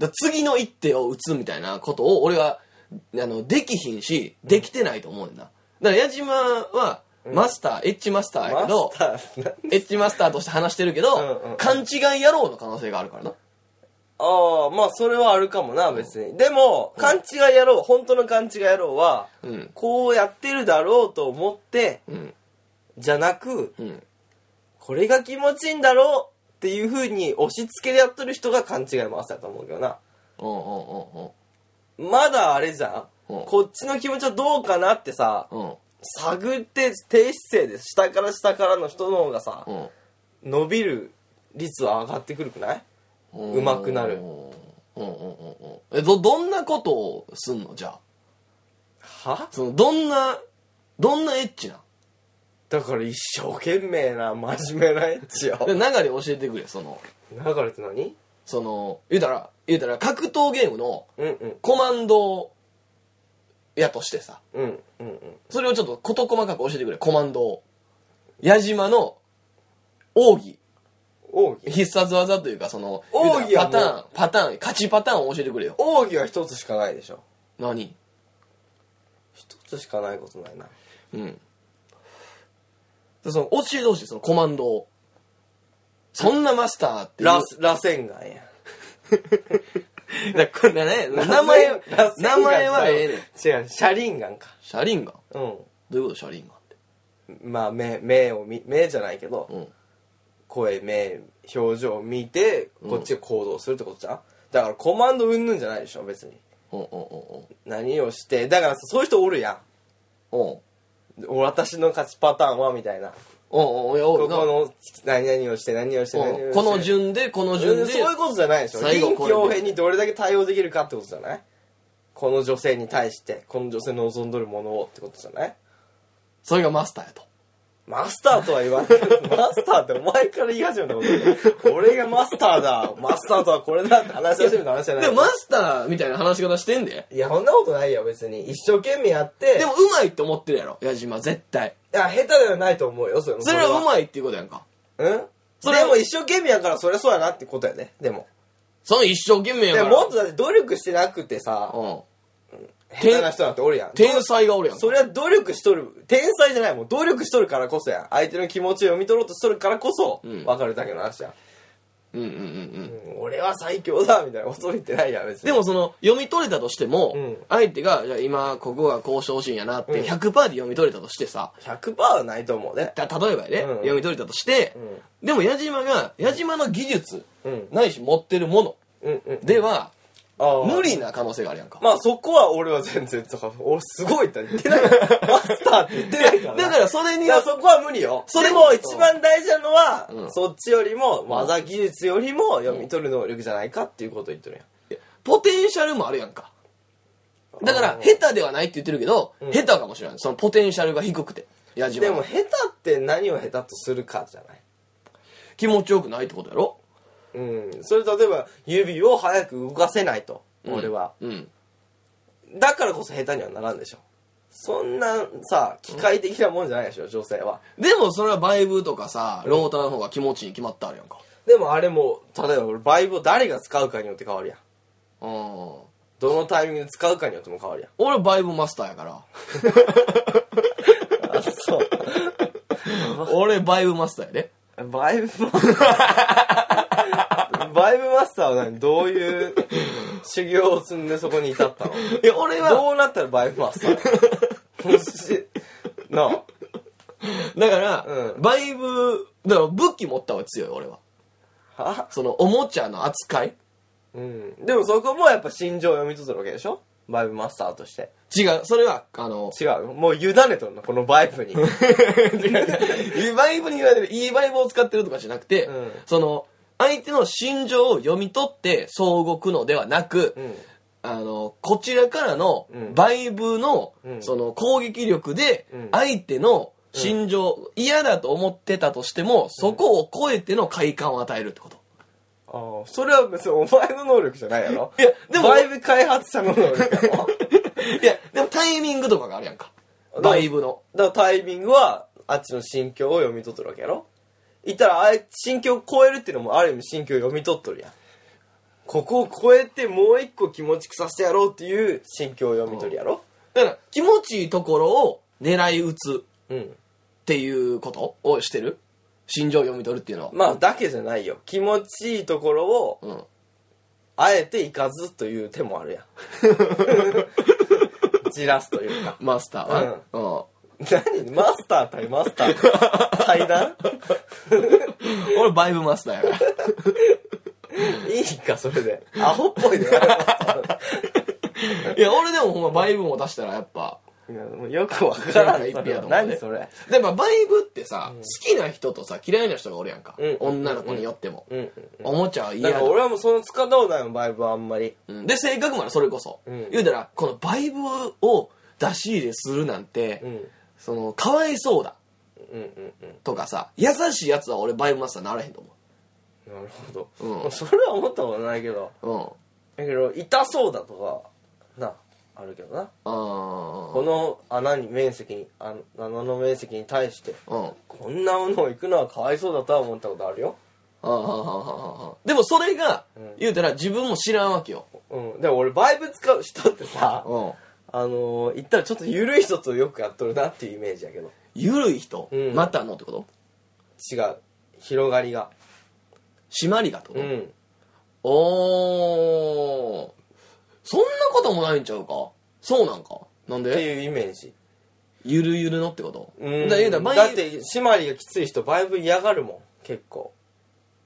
だ次の一手を打つみたいなことを俺はあのできひんしできてないと思うねんだだから矢島は
うん
マスターエッチマスターやけど
マスター な
エッチマスターとして話してるけど
うんうん
勘違い野郎の可能性があるからな
ああまあそれはあるかもな別にでも勘違い野郎本当の勘違い野郎は
うん
こうやってるだろうと思って
うん
じゃなく
うん
これが気持ちいいんだろうっていう風に押し付けでやってる人が勘違い回すやと思うけどな
おうお
まだあれじゃん
うん
こっちの気持ちはどうかなってさ
うおうおう
探って低姿勢で下から下からの人の方がさ
うん
伸びる率は上がってくるくない
うん
うまくなる
うんうんうんうんえどどんなことをすんのじゃあ
は
そのどんなどんなエッチな
だから一生懸命な真面目なエッチよ
で流れ教えてくれその
流れって何
その言うたら言うたら格闘ゲームの
うんうん
コマンドやとしてさ
うんうんうん
それをちょっと事細かく教えてくれコマンドを矢島の奥義
奥義
必殺技というかその
奥義
言うたら
は
パタ
も
ーンパターン勝ちパターンを教えてくれよ
奥義は一つしかないでしょ
何
一つしかないことないな
うんでその教えてほしいそのコマンドをそんなマスターっていう
ラス螺旋岩
だ
や
からこれね名前
螺旋
名前はええねん
えねん違う車輪眼か
シャリンガン
う
どういうことシャリンガンって
んまあ目目を見目じゃないけど、
うん
声目表情を見てこっちが行動するってことじゃん、だからコマンドうんぬんじゃないでしょ別に
おんお
何をしてだからさそういう人おるや
んおんおん
ん私の勝ちパターンはみたいな
おんおんおんいやお
こ
る
こ
な
の何々をして何々をして何々
う
を
ん
して
この順でこの順で
そういうことじゃないでしょ
最後
臨
こ
機
れで
応変にどれだけ対応できるかってことじゃないこの女性に対してこの女性の望んどるものをってことじゃない
それがマスターやと
マスターとは言わないけどマスターってお前から言い始めたことだよ俺がマスターだマスターとはこれだって話し始めた話じゃない
でもマスターみたいな話し方してんで
いやそんなことないよ別に一生懸命やって
でもうまいって思ってるやろ矢島絶対
いや下手ではないと思うよそれも
それはうまいっていうことやんか
うん
そ
そ
れ
れ
は
でも一生懸命やからそりゃそうやなってことやねでも
その一生懸命や
で
から
もっとだって努力してなくてさ
うん
下手な人なんておるやん
天才がおるやんか
それは努力しとる天才じゃないもん努力しとるからこそや相手の気持ちを読み取ろうとしとるからこそ、
うん
分かるだけの話や、
うんうんうんうん
うん俺は最強だみたいな恐れてないや別に
でもその読み取れたとしても、
うん
相手がじゃあ今ここがこうしてほしいんやなって
うん
100%で読み取れたとしてさ、
100%はないと思うね
だ例えばやね、
うん
読み取れたとして、でも矢島が矢島の技術、
うん
ないし持ってるもの
うんうん
では
ああ
無理な可能性があるやんか、
まあそこは俺は全然とか俺すごいって言ってないマスターって言ってないからな
だからそれ
い
には
やそこは無理よ
そ
そ
れ
れ
も
も一番大事なのは、
うん
そっちよりも技技術よりも読み取る能力じゃないかっていうことを言ってるやん
ポテンシャルもあるやんかだから下手ではないって言ってるけど、
うん
下手かもしれないそのポテンシャルが低くて矢島
で
が
も下手って何を下手とするかじゃない
気持ちよくないってことやろ
うん、それ例えば指を早く動かせないと、俺は
うん
だからこそ下手にはならんでしょそんなさ機械的なもんじゃないでしょ、女性は
でもそれはバイブとかさローターの方が気持ちいいに決まってあるやんか
でもあれも例えば俺バイブを誰が使うかによって変わるやん
うん
どのタイミングで使うかによっても変わるや
俺バイブマスターや から
んあそう
俺バイブマスターやで
バイブマス ターバイブマスターは何どういう修行を積んでそこに至ったの
いや俺は
どうなったらバイブマスタ ーなのもしなあ
だから、
うん
バイブだから武器持った方が強い俺は
は
そのおもちゃの扱い
うん、でもそこもやっぱ心情を読み取ってるわけでしょバイブマスターとして
違うそれはあ の
違うもう委ねとるのこのバイブ に
バイブに言われてるいいバイブを使ってるとかじゃなくて、
うん
その相手の心情を読み取ってそう動くのではなく、
うん
あのこちらからの
うん
バイブの、
うん
その攻撃力で
うん
相手の心情、嫌だと思ってたとしてもそこを超えての快感を与えるってこと
ああそれは別にお前の能力じゃないやろ
いやでも
バイブ開発者の能力やろ
いやでもタイミングとかがあるやんか
だから
バイブの
だからタイミングはあっちの心境を読み取ってるわけやろ言ったらあい心境を超えるっていうのもある意味心境を読み取っとるやんここを超えてもう一個気持ちくさせてやろうっていう心境を読み取るやろ
だから気持ちいいところを狙い撃つ
うん
っていうことをしてる心情を読み取るっていうのは。
まあ、だけじゃないよ。気持ちいいところを、
うん。
あえて行かずという手もあるやん。じらすというか。
マスターは、うん。
何マスター対マスター対談
俺バイブマスターやから。
いいか、それで。アホっぽいで。マスター
いや、俺でもほんまバイブも出したらやっぱ、
いやもうよくわからん。
一
そ
匹
れ
や
は
と思うね
何それ。
でもバイブってさ、好きな人とさ、嫌いな人がおるやんか。
うん
女の子によっても。
うん。
おもちゃは
な
嫌
んか
だ。
俺はもうその使ったことないもん、バイブはあんまり。
うんで、性格もあるそれこそ。
うん
言うたら、このバイブを出し入れするなんて、
うん。
その、かわいそうだ
うんうんうん。
とかさ、優しいやつは俺バイブマスターならへんと
なるほど、
うん
それは思ったことないけど
思う。
だけど痛そうだとかなあるけどな
う
こ
ん。あ
の穴に面積にあの穴の面積に対して
あ。うん。
こんなものを行くのはかわいそうだとは思ったことあるよ、
ああ。でもそれが
うん、
言うたら自分も知らんわけよ。
うん、でも俺バイブ使う人ってさ
うん。
あのー、言ったらちょっと緩い人とよくやっとるなっていうイメージやけど
ゆるい人、
うん
またのってこと
違う広がりが
締まりがってこと、
うん
おーそんなこともないんちゃうかそうなんかなん
って
で
いうイメージ
ゆるゆるのってこと
うん
だ
だ
言うたら
っ
毎日
て締まりがきつい人バイブ嫌がるもん結構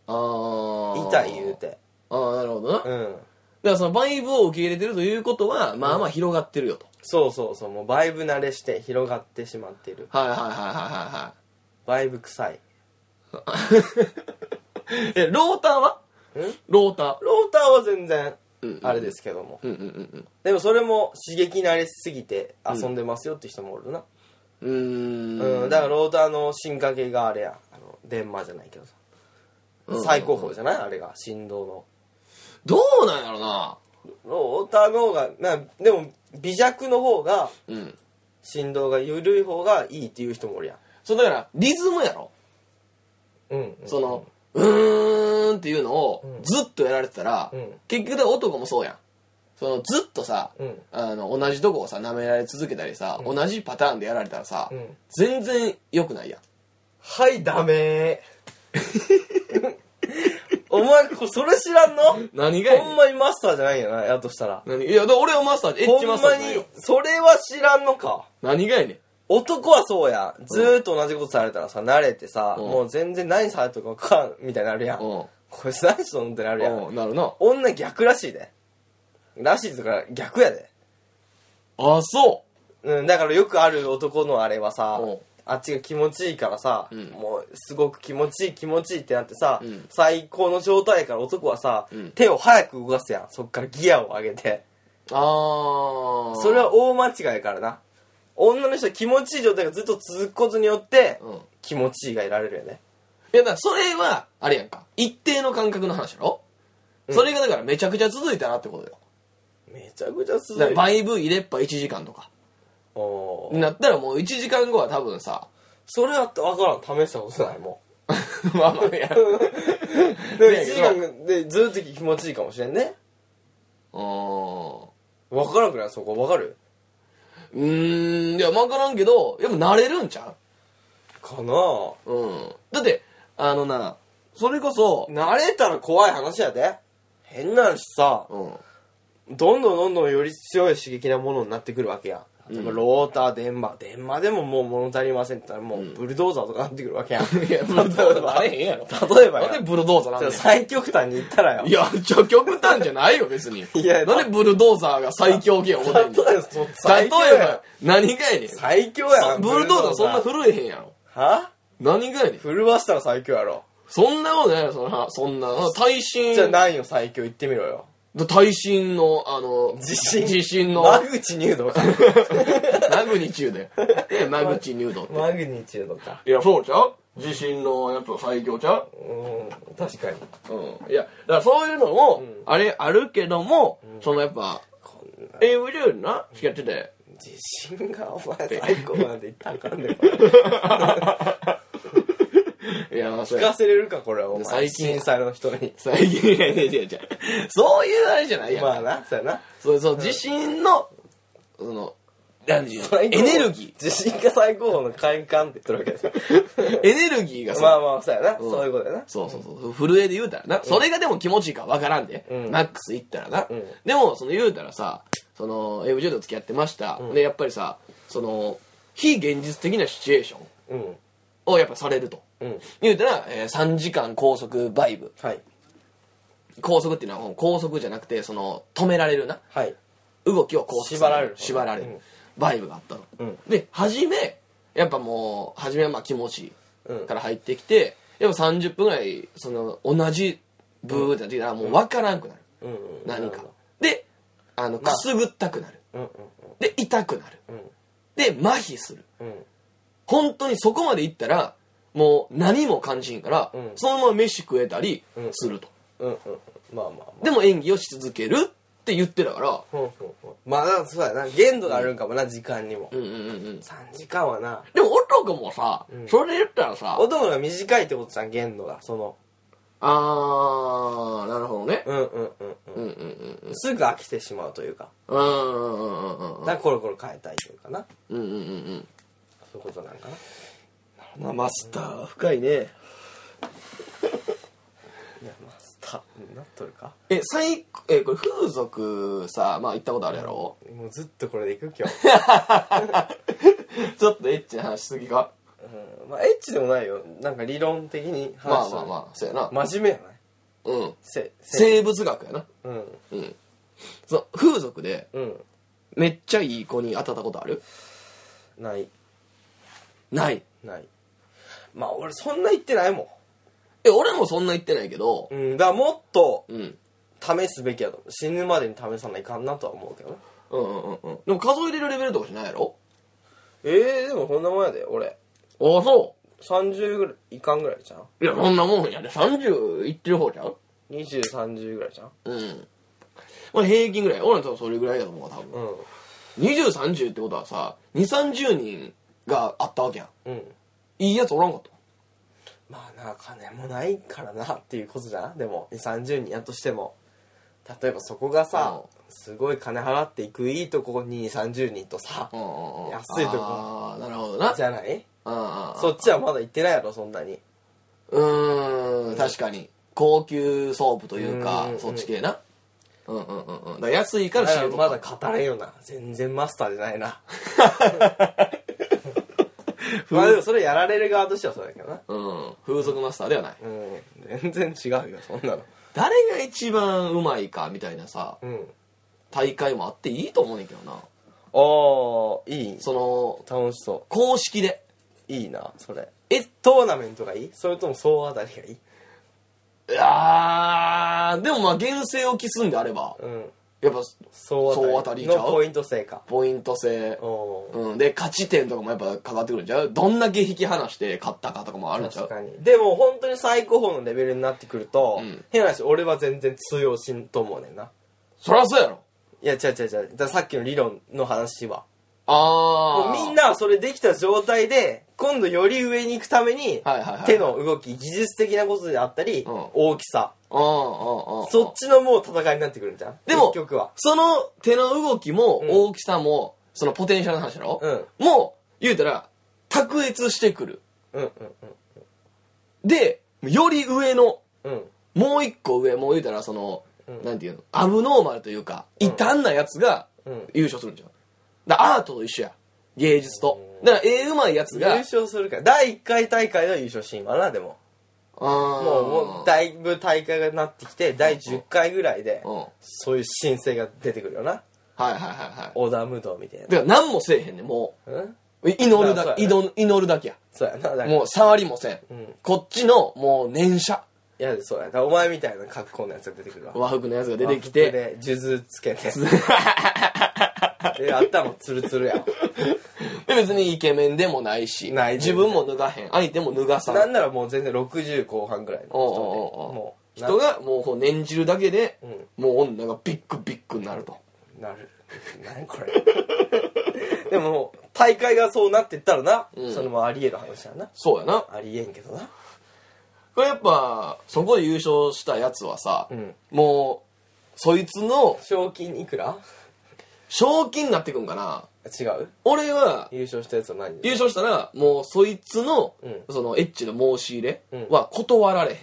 あー
痛い言うて
あーなるほどな、だか
うん
らそのバイブを受け入れてるということはまあまあ広がってるよと、
そうそうそうもうバイブ慣れして広がってしまっている
はいはいはいは
バイブ臭いん
い はいはいえローターはローター
ローターは全然
うん
あれですけども、
うんうんうん
でもそれも刺激慣れすぎて遊んでますよって人もおるな、
うんうーん
うん、だからローターの進化系があれやあの電マじゃないけどさ、
うん
最高峰じゃないあれが振動の
どうなんやろな
ローターの方がなでも微弱の方が
うん
振動が緩い方がいいっていう人もおるやん
そうだからリズムやろ
うん、
その、うーんっていうのを
うん
ずっとやられてたら、
うん
結局で男もそうやん。そのずっとさ、
うん
あの同じとこをさ舐められ続けたりさ、同じパターンでやられたらさ、
うん
全然良くないやん。
はいダメ お前こそれ知らんの
何がやねん
ほんまにマスターじゃないよな、やとしたら。
何いや、だから俺はマスターで、エッ
ほ
チ
ん
マスタ
ま
ーじゃない
に
よ。、
それは知らんのか。
何がやねん。
男はそうや。ずーっと同じことされたらさ、慣れてさ、
うん
もう全然何されてるかわからん、みたいになるやん。
うん。
こいつ何しとんってなるやん。
うん、なるな。
女逆らしいで。らしいとか逆やで。
あ、そ
うん、だからよくある男のあれはさ
うん、
あっちが気持ちいいからさ、
うん
もうすごく気持ちいい気持ちいいってなってさ、
うん
最高の状態やから男はさ、
うん
手を早く動かすやん。そっからギアを上げて。
う。あー。
それ、は大間違いやからな女の人は気持ちいい状態がずっと続くことによって、
うん。い
気持ちいいが得られるよね
や、だからそれは、あれやんか。一定の感覚の話やろ、
うん
それがだからめちゃくちゃ続いたなってことよ。
めちゃくちゃ
だ
続
か
い
ら
て
バイブ入れっぱ1時間とか。
おー
なったらもう1時間後は多分さ、
それは分からん試したことないも
まあま あいや。そうやけど
うで1時間でずっと気持ちいいかもしれんね
うーん。
分からんくないそこ分かる
うーん、いや、わからんけど、やっぱ慣れるんちゃ
かなぁ
ううん。だって、あのな、それこそ、
慣れたら怖い話やで変な話さ
うん。
どんどんどんどんより強い刺激なものになってくるわけやん、
うん
ローター電話電話でももう物足りませんって言ったらもうブルドーザーとかなってくるわ けやん、
いや、ブルドーザーあれへんやろ。
例えば
なんで
よ
ブルドーザーなんだよ。
最極端に言ったらよ
いや、ちょ、極端じゃないよ、別に。
いや
なんでブルドーザーが最強権を持ってんの
例えばそう
例え
最強やん
ば、何がやねん。
最強やん
ブルドーザーそんな
ブル
震えへんやろ。
ドーザーは
何がやねん。
震わしたら最強やろ
そんなことないよ、そんな、そんな、耐震。
じゃあ何よ最強言ってみろよ
だ耐震の、あの、
地震
地震の、
間口入道か
マグニチュード や。ね マグチニュードって。
マグニチュードか
いや、そうちゃう地震のやつ最強ちゃう
うん確かに
うん。いや、だからそういうのも、あれ、あるけども、そのやっぱ、
こんな
AV 女優にな、付き合ってて。
地震がお前最高なんて言ったらあかんで、ね、
いや、まあ、そ
聞
うや
かせれるかこれはお前
最近
震災の人に
最近、いやいやいやいやそういうあれじゃないやん。
まあなそうやな
そうそう、地震の、その、なんていうの
最
エ
高峰
ネルギ
自信が最高峰の快感って言ってるわ けですよ
ー。エネルギーがさ、
まあまあそうやな、
うん
そういうことやな
そうそうそう。震えで言うたらな。それがでも気持ちいいかわからんで。
うん
マックス行ったらな。
うん
でも、その言うたらさ、その、AV 女優と付き合ってました。
うん
で、やっぱりさ、その、非現実的なシチュエーション
うん
をやっぱされると。
うん
言うたら、えー3時間拘束バイブ。
はい
拘束っていうのは拘束じゃなくて、その、止められるな。
はい
動きを拘束さ
縛
縛
ら
ら
れ
れ
る
る、バイブがあったの、
うん
で初めやっぱもう初めはまあ気持ちい
うん
いから入ってきて、やっぱ30分ぐらいその同じブーってなってきたらもう分からんくなる、
うんうん
何かであのくすぐったくなる、
うんうん
で痛くなる
うん
で麻痺する
うん
本当にそこまでいったらもう何も感じんから、
うん
そのまま飯食えたりすると、
うんうんまあまあまあ
でも演技をし続けるって言ってたから
ほんほんほんまあなんかそうやな限度があるんかもな、時間にも、
うんうんうんうん
3時間はな
でも男もさ、
うん
それで言ったらさ
男の方が短いってことじゃん限度がその
あー、なるほどね。
うんうんうんう
うんう
ん
んうん。
すぐ飽きてしまうというか
うんうんうんうんうん
だからコロコロ変えたいというかな
うんうんうん
そういうことなんかな
うん。まあ、マスター、深いね。
いやマスターなっとるか
え、最、え、これ風俗さ、まあ行ったことあるやろ
もうずっとこれでいく今日、
ちょっとエッチな話しすぎか
うん、まあエッチでもないよなんか理論的に
ま
話
あ
して
まあまあ、そうやな。
真面目やない
うん。
せせ
生物学やな。
うん
うん。そう、風俗で、
うん
めっちゃいい子に当たったことある
ない
ない。
ないまあ俺そんな言ってないも
え、俺もそんな言ってないけど、
んうんだからもっと
うん。
試すべきやと思う死ぬまでに試さないかんなとは思うけどね
うんうんうんうん。でも数えれるレベルとかじゃないやろ
ええでもこんなもんやで俺
ああ、そ
30ぐらいいかんぐらいじゃん
う。いや、そんなもんやで、30いってる方ちゃう
2030ぐらいじゃん
うん。まあ平均ぐらい。俺の多分それぐらいだと思うわ、多
う
分。
ん
20、30ってことはさ、2、30人があったわけやん。
うん
いいやつおらんかった。
まあな金もないからなっていうことじゃんでも30人やとしても例えばそこがさ、すごい金払っていくいいとこに30人とさ、
うんうんうん。
安いとこ
ああ、なるほどな。
じゃない
ああ。
そっちはまだ行ってないやろそんなに
うーん、確かに。高級ソープという
う
か
んうんう、ん
そっち系な。うんうんうんうん。だから安いから
だ
知
から
ると
まだ語れんよな全然マスターじゃない なまあでもそれやられる側としてはそうだけどな
うん。風俗マスターではない。
うん全然違うよそんなの
誰が一番うまいかみたいなさ、
うん
大会もあっていいと思うねんけどな。
ああいい
その、
楽しそ
公式で。
ういいなそれ
え、
トーナメントがいいそれとも総当たりがいい
いやーでもまあ厳正を期すんであれば
うん
やっぱ総
総当
当
た
た
り
り
の
ちゃう
ポイント制か
ポイント制、
お
うん、で勝ち点とかもやっぱかかってくるんちゃうどんだけ引き離して勝ったかとかもあるんちゃ
確
う
かにでも本当に最高峰のレベルになってくると、
うん
変な話俺は全然通用しんと思うねんな
そりゃそうやろ
いや違う違う違うだからさっきの理論の話はも
あ
う
あ
みんなそれできた状態で今度より上に行くために、
はいはいはい
手の動き技術的なことであったり、
うん
大きさ
うんうんうん
そっちのもう戦いになってくるんじゃん
でも
結局は
その手の動きも
うん
大きさも、そのポテンシャルの話だろ、
うん
もう言うたら卓越してくる
うんうん
でより上の
うんうん
もう一個上もう言うたらその、
うん
なんていうのアブノーマルというか異端なやつが
うん
優勝するんじゃんだからアートと一緒や芸術とだから絵うまいやつ
優
が
勝するから第1回大会の優勝シーンはなでももうもうだいぶ大会がなってきて第10回ぐらいで
うんはい
そういう申請が出てくるよな
はいはいはい
織田武道みたいな
だから何もせえへんねんも
うん
う祈るだ
だからそう
け
や
祈る祈るだけや
そうやなだから
もう触りもせん、
うん
こっちのもう念写
いやそうやなお前みたいな格好のやつが出てくるわ
和服のやつが出てきて
で数珠つけ てで頭ツルツルやわ
で別にイケメンでもないし
ない
自分も脱がへん相手も脱がさ
なん
ん
ならもう全然60後半ぐらいの人で
おうおうおう
もう
人がもうこう念じるだけで、
うん
もう女がビッグビッグになる と
ななる何これ でももう大会がそうなってったらな、
うん
それもありえる話やな
そうやな
ありえんけどな
これやっぱそこで優勝したやつはさ、
うん
もうそいつの
賞金いくら
賞金になってくんかな
違う
俺は
優勝したやつは何
優勝したらもうそいつの、
うん
そのエッチの申し入れは断られへん、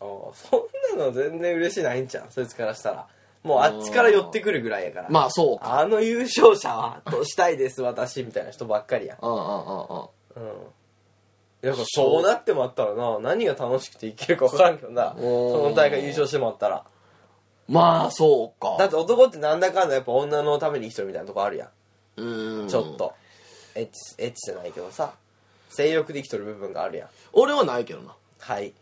あーそんなの全然嬉しないんじゃんそいつからしたらもうあっちから寄ってくるぐらいやから
まあそうか
あの優勝者はどうしたいです私みたいな人ばっかりやん
うんうんうんうん
うんやっぱそうなってもあったらな何が楽しくていけるか分からんけどな
おー
その大会優勝してもあったら
まあそうか
だって男ってなんだかんだやっぱ女のために生きてるみたいなとこあるやん
うーん
ちょっとエッチエッチじゃないけどさ性欲で生きとる部分があるやん
俺はないけどな
はい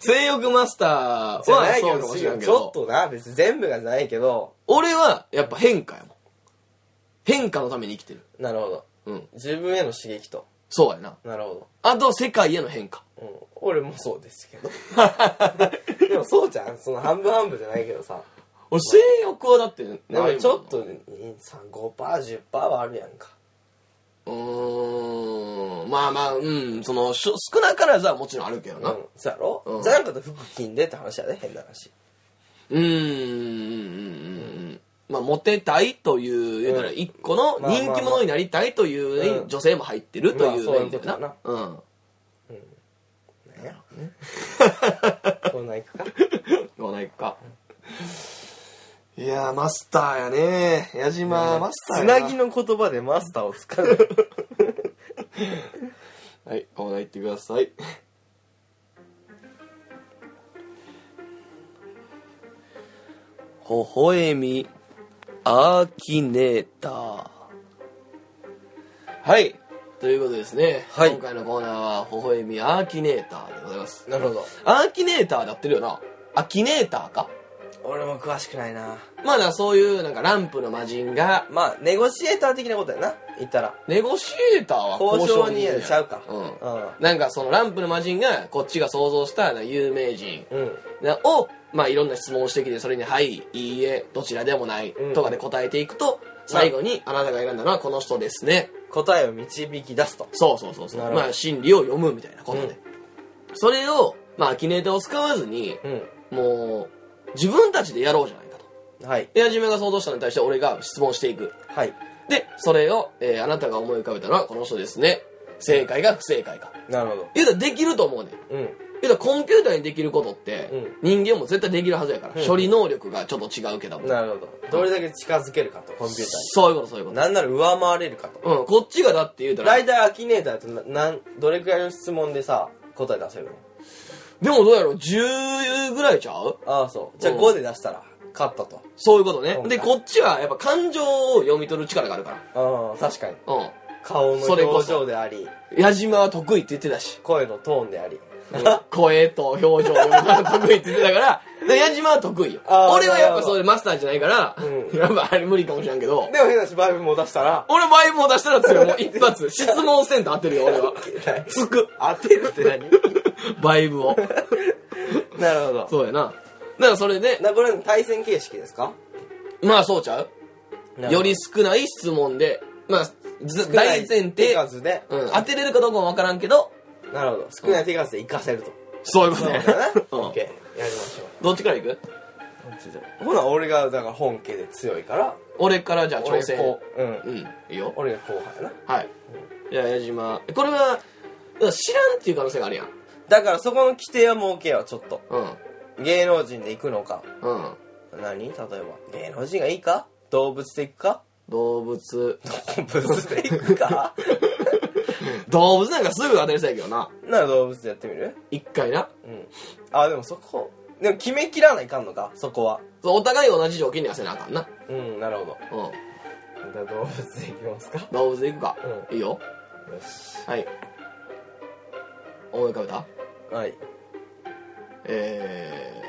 性欲マスターは
じゃないけ
そ
ど
うかもしれんけ
ちょっ
ど
とな別に全部がじゃないけど
俺はやっぱ変化やもん変化のために生きてる
なるほど
うん
自分への刺激と
そうやな
なるほ
あと世界への変化
ど、うん、俺もそうです けどでもそうじゃんその半分半分じゃないけどさ
俺性欲はだってない
で
もん
も
な
ちょっと5%10% はあるやんか
うーんまあまあうんそのしょ少なからずはもちろんあるけど
う
なん
そうやろ、
うん
じゃなかったら腹筋でって話やね変な話
うんうんうんうんまあモテたいという言うたら
うん
一個の人気者になりたいといううん女性も入ってると
まあ
い
そう
う
い
面
うこと
で
だな
なうん
ね こんなんいくか
どうないかいやーマスターやね矢島マスター
つ
や
なぎの言葉でマスターを使う
はいコーナー行ってください微笑みアーキネーターはいということですね、
はい
今回のコーナーは微笑みアーキネーターでございます
なるほど
アーキネーターだってるよなアキネーターか
俺も詳しくないな
まあだからそういうなんかランプの魔人が
まあネゴシエーター的なことやな言ったら
ネゴシエーターは
交渉に
や
やちゃうか
うん、なんかそのランプの魔人がこっちが想像したなんか有名人
うん
なを、まあ、いろんな質問をしてきてそれに「はい」「いいえ」「どちらでもない
うん」
とかで答えていくと最後に「あなたが選んだのはこの人ですね
答えを導き出すと」
そうそうそうそう
なるほど
まあ心理を読むみたいなことで、
うん
それをまあアキネーターを使わずに
うん
もう自分たちでやろうじゃないかと
はい
で矢島が想像したのに対して俺が質問していく
はい
でそれを、えーあなたが思い浮かべたのはこの人ですね正解か不正解か
なるほど
言うたらできると思うねん
うん
言うたらコンピューターにできることって、人間も絶対できるはずやから、
うん
処理能力がちょっと違うけども、
なるほどどれだけ近づけるかとコンピューター
そういうことそういうこ
になんなら上回れるかと
とうんこっちがだって言うたら
大体アキネーターってななんどれくらいの質問でさ答え出せるの
でもどうやろう10ぐらいちゃう
ああそうじゃあ
うん
5で出したら勝ったと
そういうことね
そうか
でこっちはやっぱ感情を読み取る力があるか
ああ確かに
らうん
顔の
それこ
表
そ
情であり
矢島は得意って言ってたし
声のトーンであり
声と表情を読むのが得意って言ってたからで矢島は得意よ
あー
俺はやっ
な
ぱ
るほど
それマスターじゃないから、
う
やっぱあれ無理かもしれんけど
でも変なしバイブも出した ら
俺バイブも出したら強いもう一発質問センター当てるよ俺は
つく当てるって何
バイブを
なるほど
そうやなだからそれで
なこれ対戦形式ですか
まあそうちゃうより少ない質問でまあず大前
手
提、
数で、
うん、当てれるかどうかもわからんけど
なるほど少ない手数で活かせると、
そういうこ
そ
と
う
ね
だな
うん
オッケーやりましょ
どっちからいく
うほな俺がだから本家で強いから
俺からじゃあ挑
俺
戦
こううん
うんいいよ
俺が後輩やな
はいじゃあ矢島これはだから知らんっていう可能性があるやん
だからそこの規定は設けようちょっと
うん
芸能人で行くのか
うん
何例えば芸能人がいいか動物で行くか
動物
動物で行くか
動物なんかすぐ当たりそうやけどな
なら動物でやってみる
一回な
うんあでもそこでも決めきらないかんのかそこは
そうお互い同じ条件にはせなあかんな
うんなるほど
うん
じゃあ動物で行きますか
動物でいくか、
う
いいよ
よし
はい思い浮かべた
はい
え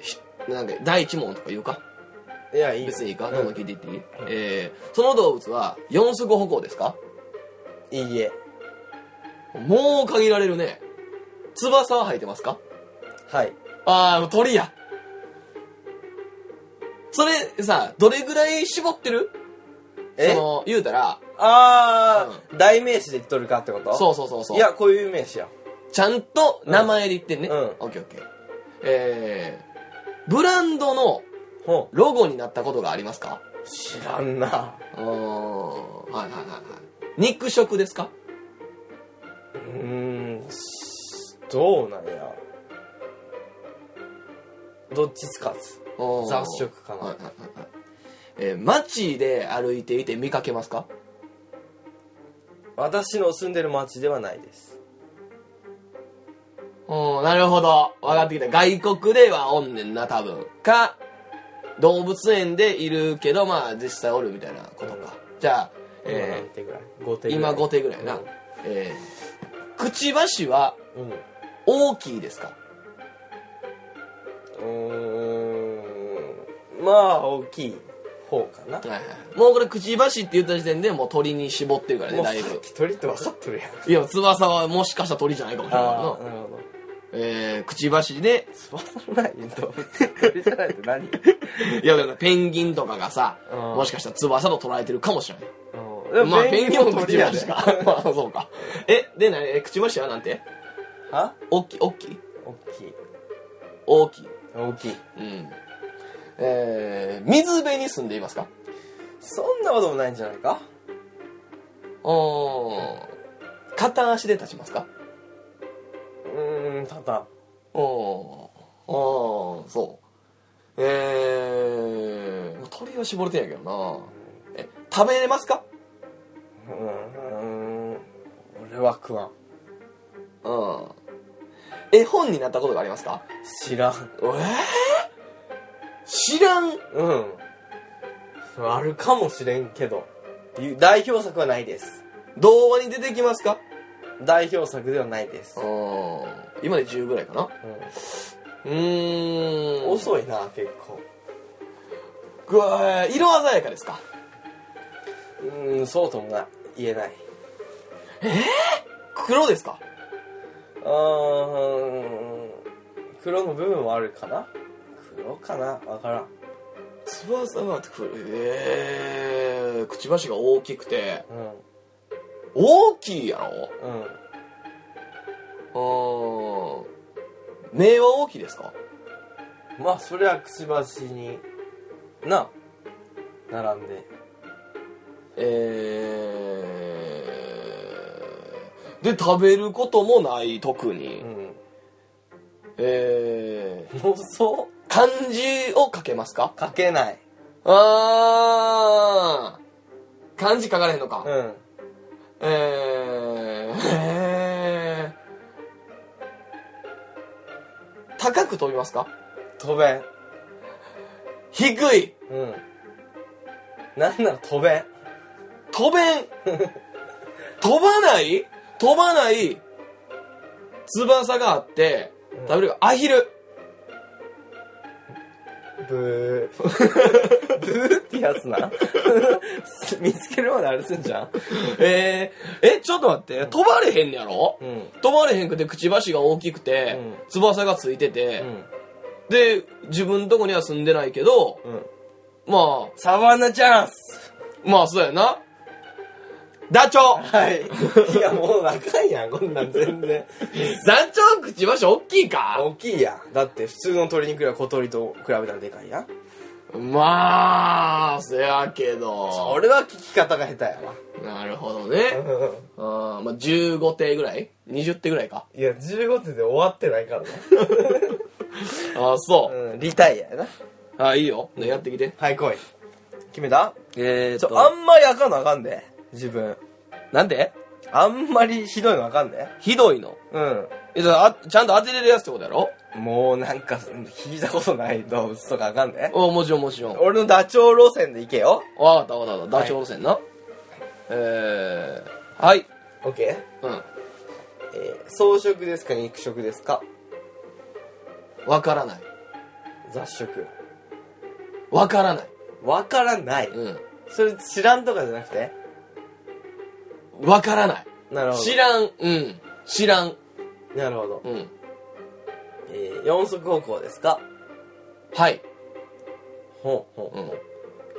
ーひなんか第一問とか言うか
いやいいよ
別にいいか、どんどん聞いていっていい、
ん
えーその動物は四足歩行ですか
いいえ
もう限られるね翼は生えてますか
はい
ああ鳥やそれさどれぐらい絞ってる
え
その言うたら
ああ、代名詞で言っとるかってこと
そうそうそうそう
いやこういう名詞や
ちゃんと名前で言ってんね、
うん
オッケーオッケーえー、ブランドの
ほ
ロゴになったことがありますか
う知らんな
うーんはいはいはいはい肉食ですか
うーんすどうなんやどっちつかず
雑
雑食かな
はいはいはいはいえー街で歩いていて見かけますか
私の住んでる町ではないです
うんなるほど分かってきた外国ではおんねんな多分か動物園でいるけどまあ実際おるみたいなことかじゃあ、
今
え
何手ぐらい
ー
5手ぐらい
今5手ぐらいな、えーくちばしは
うんう
大きいですか
ーんまあ大きい方かな
はいはいはいもうこれくちばしって言った時点でもう鳥に絞ってるからね
もう
だ
さ
い
っ
ぶ
き鳥って分かっとるやん
いや翼はもしかしたら鳥じゃないかもしれないから
あ
な
あなるほど
えー、くちばしで
翼のない動物鳥じゃないって何う
いやだからペンギンとかがさ
うん
もしかしたら翼と捉えてるかもしれない
んでも
まあ、ペンギンも
も
くちばしか。 まあ、そうか。え、で、なに、えくちばしはなんて
あ
おっきい、おっきい
大きい
大きい。
大きい
うん。えー、水辺に住んでいますか
そんなこともないんじゃないか
うーん。片足で立ちますか
うーんただ
うーん。うーん、そう。えー、もう鳥は絞れてんやけどな。え、食べれますか
うーん俺は食わん
うん。絵本になったことがありますか
知らん
えー、知らん
うんあるかもしれんけどゆ代表作はないです
童話に出てきますか
代表作ではないです、
うん今で10ぐらいかな
う
うー
ん、
ん
遅いな結構
くわー色鮮やかですか
うーんそうともな言えない
黒ですか
うーん黒の部分はあるかな黒かなわからん
翼は黒えー、くちばしが大きくて
うん
大きいやろ
うん
うーん目は大きいですか
まあそりゃくちばしにな並んで
えー、で食べることもない特に、
うん
えー、
妄想
漢字を書けますか
書けない
あー漢字書かれへんのか、
うん
えーえー、高く飛びますか
飛べん
低い
うんなんなら飛べん
飛 べん飛ばない飛ばない翼があって
うん
食べるアヒル
ブーブーってやつな 見つけるまであれすんじゃん
えー、えちょっと待って飛ばれへんねやろ
うん
飛ばれへんくてくちばしが大きくて、
うん
翼がついて
う
て、
ん
で自分のとこには住んでないけど
うん
まあ
サバンナチャンス
まあそうやなダチョウ
はいいやもう仲いいやんこんなん全然
団長くちばし大きいか
大きいやんだって普通の鳥に比べ小鳥と比べたらでかいやん
まあせやけど
俺は聞き方が下手やわ
なるほどねあーまあ15手ぐらい20手ぐらいか
いや15手で終わってないからね
ああそう、
うんリタイアやな
ああいいよねやってきて
はい来い決めた
えー、っ
ち
と
ょあんまりあかんのあかんで自分
なんで
あんまりひどいのあかんで
ひどいの
うん
えじゃああちゃんと当てれるやつってことやろ
もうなんか聞いたことない動物とかあかんで
おもちろんもちろんわか
俺のダチョウ路線で行けよ
ったわかったわかったダチョウ路線な、えー、はい
OK、
うん
えー、草食ですか肉食ですか
わからない
雑食
わからない
わからない、
うん
それ知らんとかじゃなくて
わからない
なるほど
知らんうん知らん
なるほど、
うん
えー、四足歩行ですか
はい
ほうほ
うん
う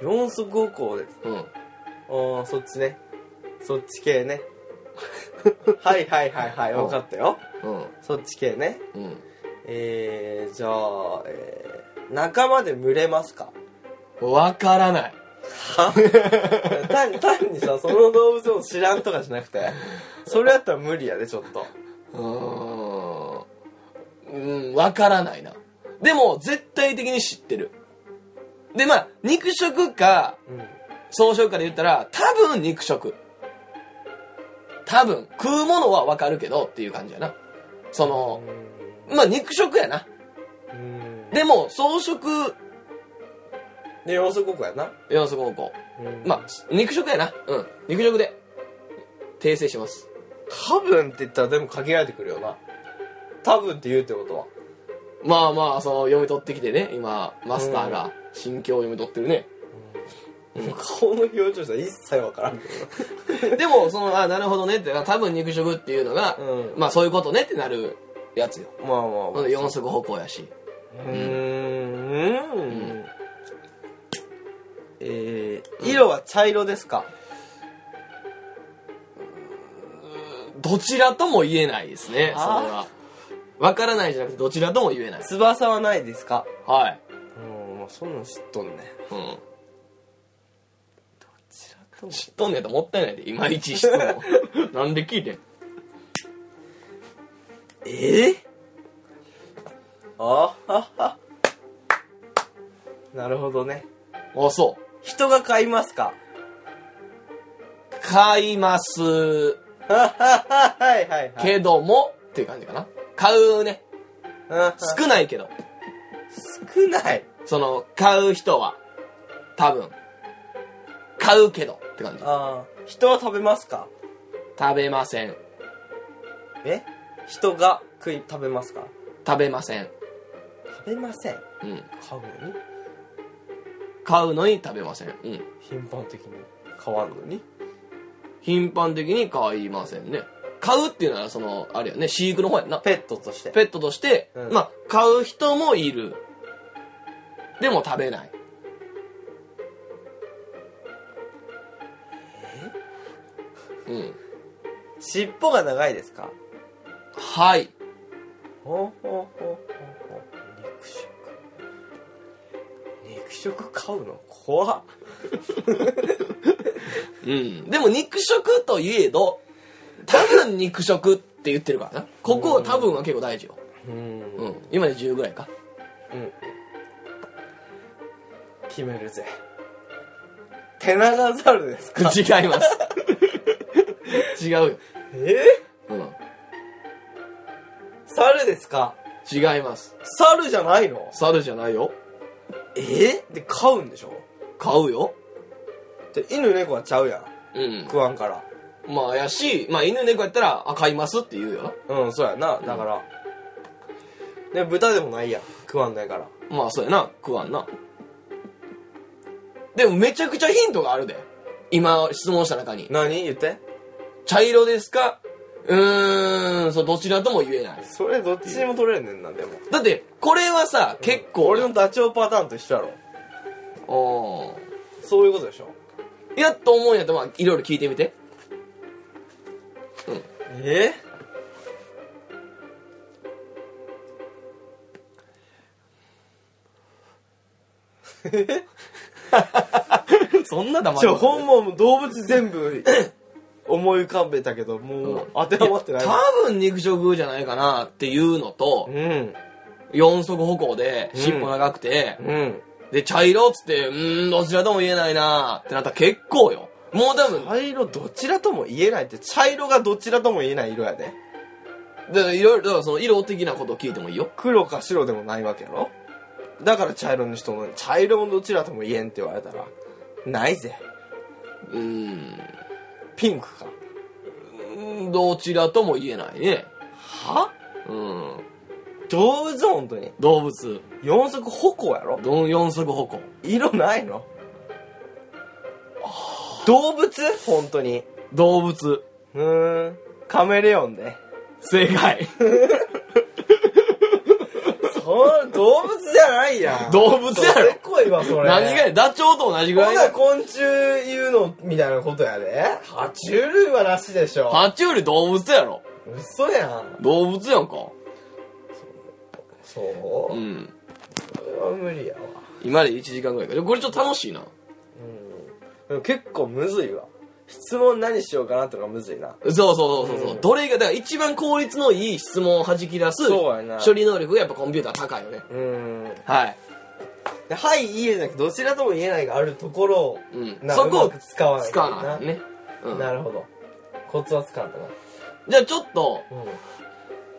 四足歩行です
うん
あーそっちねそっち系 ねはいはいはいはい分かったよ
うん
そっち系ね
うん
えー、じゃあ、え仲間で群れます か
わからない。
は単単にさその動物を知らんとかじゃなくてそれやったら無理やでちょっと
うーん。うん、わからないな。でも、絶対的に知ってる。で、まあ、肉食か、
うん
草食かで言ったら、多分肉食。多分、食うものはわかるけどっていう感じやな。その、まあ、肉食やな。
うん
でも、草食、
で養殖国やな
四足高校。
まあ
まあ、肉食やな。うん。肉食で。訂正します。
多分って言ったらでも限られてくるよな多分って言うってことは
まあまあ、その、読み取ってきてね、今、マスターが心境を読み取ってるね。
顔の表情したら一切わからんけ
でも、その、あ、なるほどねって、あ多分肉食っていうのが、
うん
まあそういうことねってなるやつよ。
どまあまあまあ
四足歩行やし。
うーんえー、色は茶色ですか
どちらとも言えないですね、それ
あー
は。わからないじゃなくて、どちらとも言えない。
翼はないですか
はい。
うんまあそんなん知っとんね
うん。知っとんねやともったいないで、いまいち質問。 なんで聞いてん
ええあははなるほどね
あ、そう。
人が買いますか
買います
はいはいはい
けども、っていう感じかな。買うね。
うん
少ないけど。
少ない
その、買う人は、多分、買うけどって感じ。
あー人は食べますか
食べません。
え人が食い食べますか
食べません。
食べません
うん。
買うのに
買うのに食べません。うん。
頻繁的に買わんのに
頻繁的に買いませんね。買うっていうのは、その、あれよね、飼育の方やんな。
ペットとして
ペットとして、
うん
まあ、買う人もいる。でも食べない。うん。
尻尾が長いですか
はい。
ほうほうほうほうほう肉食肉食買うの怖っ
うん。でも肉食といえど、多分肉食って言ってるからな。ここ多分は結構大事よ。
うん
うん。今で10ぐらいか。
うん決めるぜ手長ザルですか
違い ます。違うよ。
え
うん。
猿ですか
違います。
猿じゃないの
猿じゃないよ。
えで飼うんでしょ
買うよ。
で犬猫はちゃうやん
うん。
食わんから
まあ、やし、まあ、犬猫やったら、あ、買いますって言うよ
うんそうやなだから、で豚でもないやん食わんないから
な。まあ、そうやな。食わんな。でも、めちゃくちゃヒントがあるで。今、質問した中に。
何言って
茶色ですかうーん、そう、どちらとも言えない。
それどっちにも取れんねんなでも
だって、これはさ、結構、
俺のダチョウパターンと一緒やろ
お
そういうことでしょ
ーやっと思うんやったら、まあ、いろいろ聞いてみて。
え
そんな黙
ちょ本ももう動物全 部思い浮かべたけどもう、当てはまってない
多分肉食じゃないかなっていうのと、
うん
四足歩行で、尻尾長くて、
うん
で、茶色っつって、うーん、どちらとも言えないなってなったら結構よ。もう多分、
茶色どちらとも言えないって茶色がどちらとも言えない色やで
だからいろいろ、だからその色的なことを聞いてもいいよ。
黒か白でもないわけやろだから茶色の人も茶色もどちらとも言えんって言われたらないぜ
うー
ピンクか
ん、どちらとも言えないね。
は
うん。
動物本当に
動物、
四足歩行やろ
どん四足歩行。
色ないの動物本当に
動物、
うーんカメレオンで
正解。
そう動物じゃないやん
動物やろ
せこいわそれ
何がや、ダチョウと同じぐ
こ
ら
ん
い
な
の。
昆虫いうのみたいなことやで爬虫類はなしでしょ
爬虫類動物やろ。
嘘やん
動物やんか。
そう
うん。
れは無理やわ
今まで1時間ぐらいかでもこれちょっと楽しいな
でも結構むずいわ質問何しようかなってのがむずいな
そうそうそうそうそう、
うん
どれがだから一番効率のいい質問をはじき出す
そうやな
処理能力がやっぱコンピューター高いよね
うん
はい
ではいいいえじゃなくてどちらとも言えないがあるところを、
うん
な
そこを
うまく使わない
使わなあかん
ね、
ね、うん、
なるほどコツはつかんだな
じゃあちょっと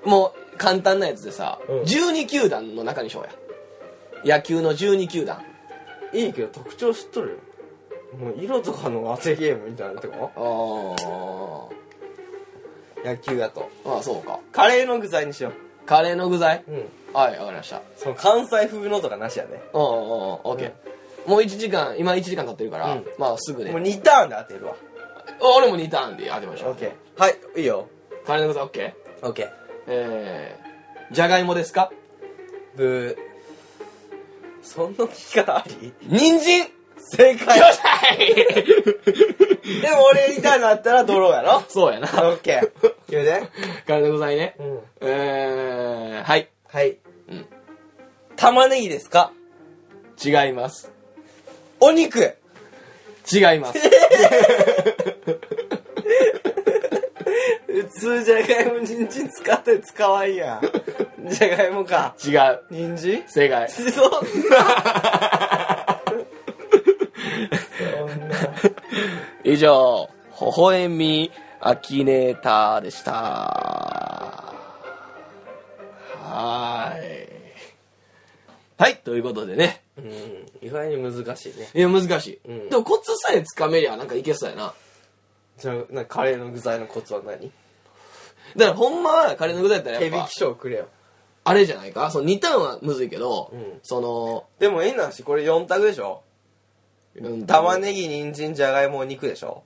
うん
もう簡単なやつでさ、
うん
12球団の中にしようや野球の12球団
いいけど特徴知っとるよもう色とかの当てゲームみたいなとこ
あー
野球だと
あそうか
カレーの具材にしよ
カレーの具材
ううん
はいわかりました
その関西風のとかなしやね、
うんうんうんオッケーもう1時間今1時間経ってるから、
うん
まあすぐね
もう2ターンで当てるわ
俺も2ターンで当てましょう
ーはいいいよ
カレーの具材オッケー
OK
えー、じゃがいもですか
ブーそんな聞き方あり
人参よ
正
っ
解
しゃい
でも俺みたいなのあったらドローやろ
そうやなカ
OK 決めて
レーの具材ね
うん
えー、はい
はい
うん
玉ねぎですか
違います
お肉
違います
普通じゃがいも人参使って使わんやんじゃがいもか
違う
人参
正解
しそそんな
以上、微笑みアキネーターでした。はーい。はい、ということでね。
うん意外に難しいね
いや、難しい。
うん
でもコツさえつかめりゃなんかいけそうやな。
じゃあなんかカレーの具材のコツは何
だからほんまはカレーの具材やったら
手
やっ
引
ぱ
き、書をくれよ
あれじゃないかその2ターンはむずいけど、
うん
その、
でもええなんしこれ4択でしょ
うん
玉。ねぎ人参じゃがいもお肉でしょ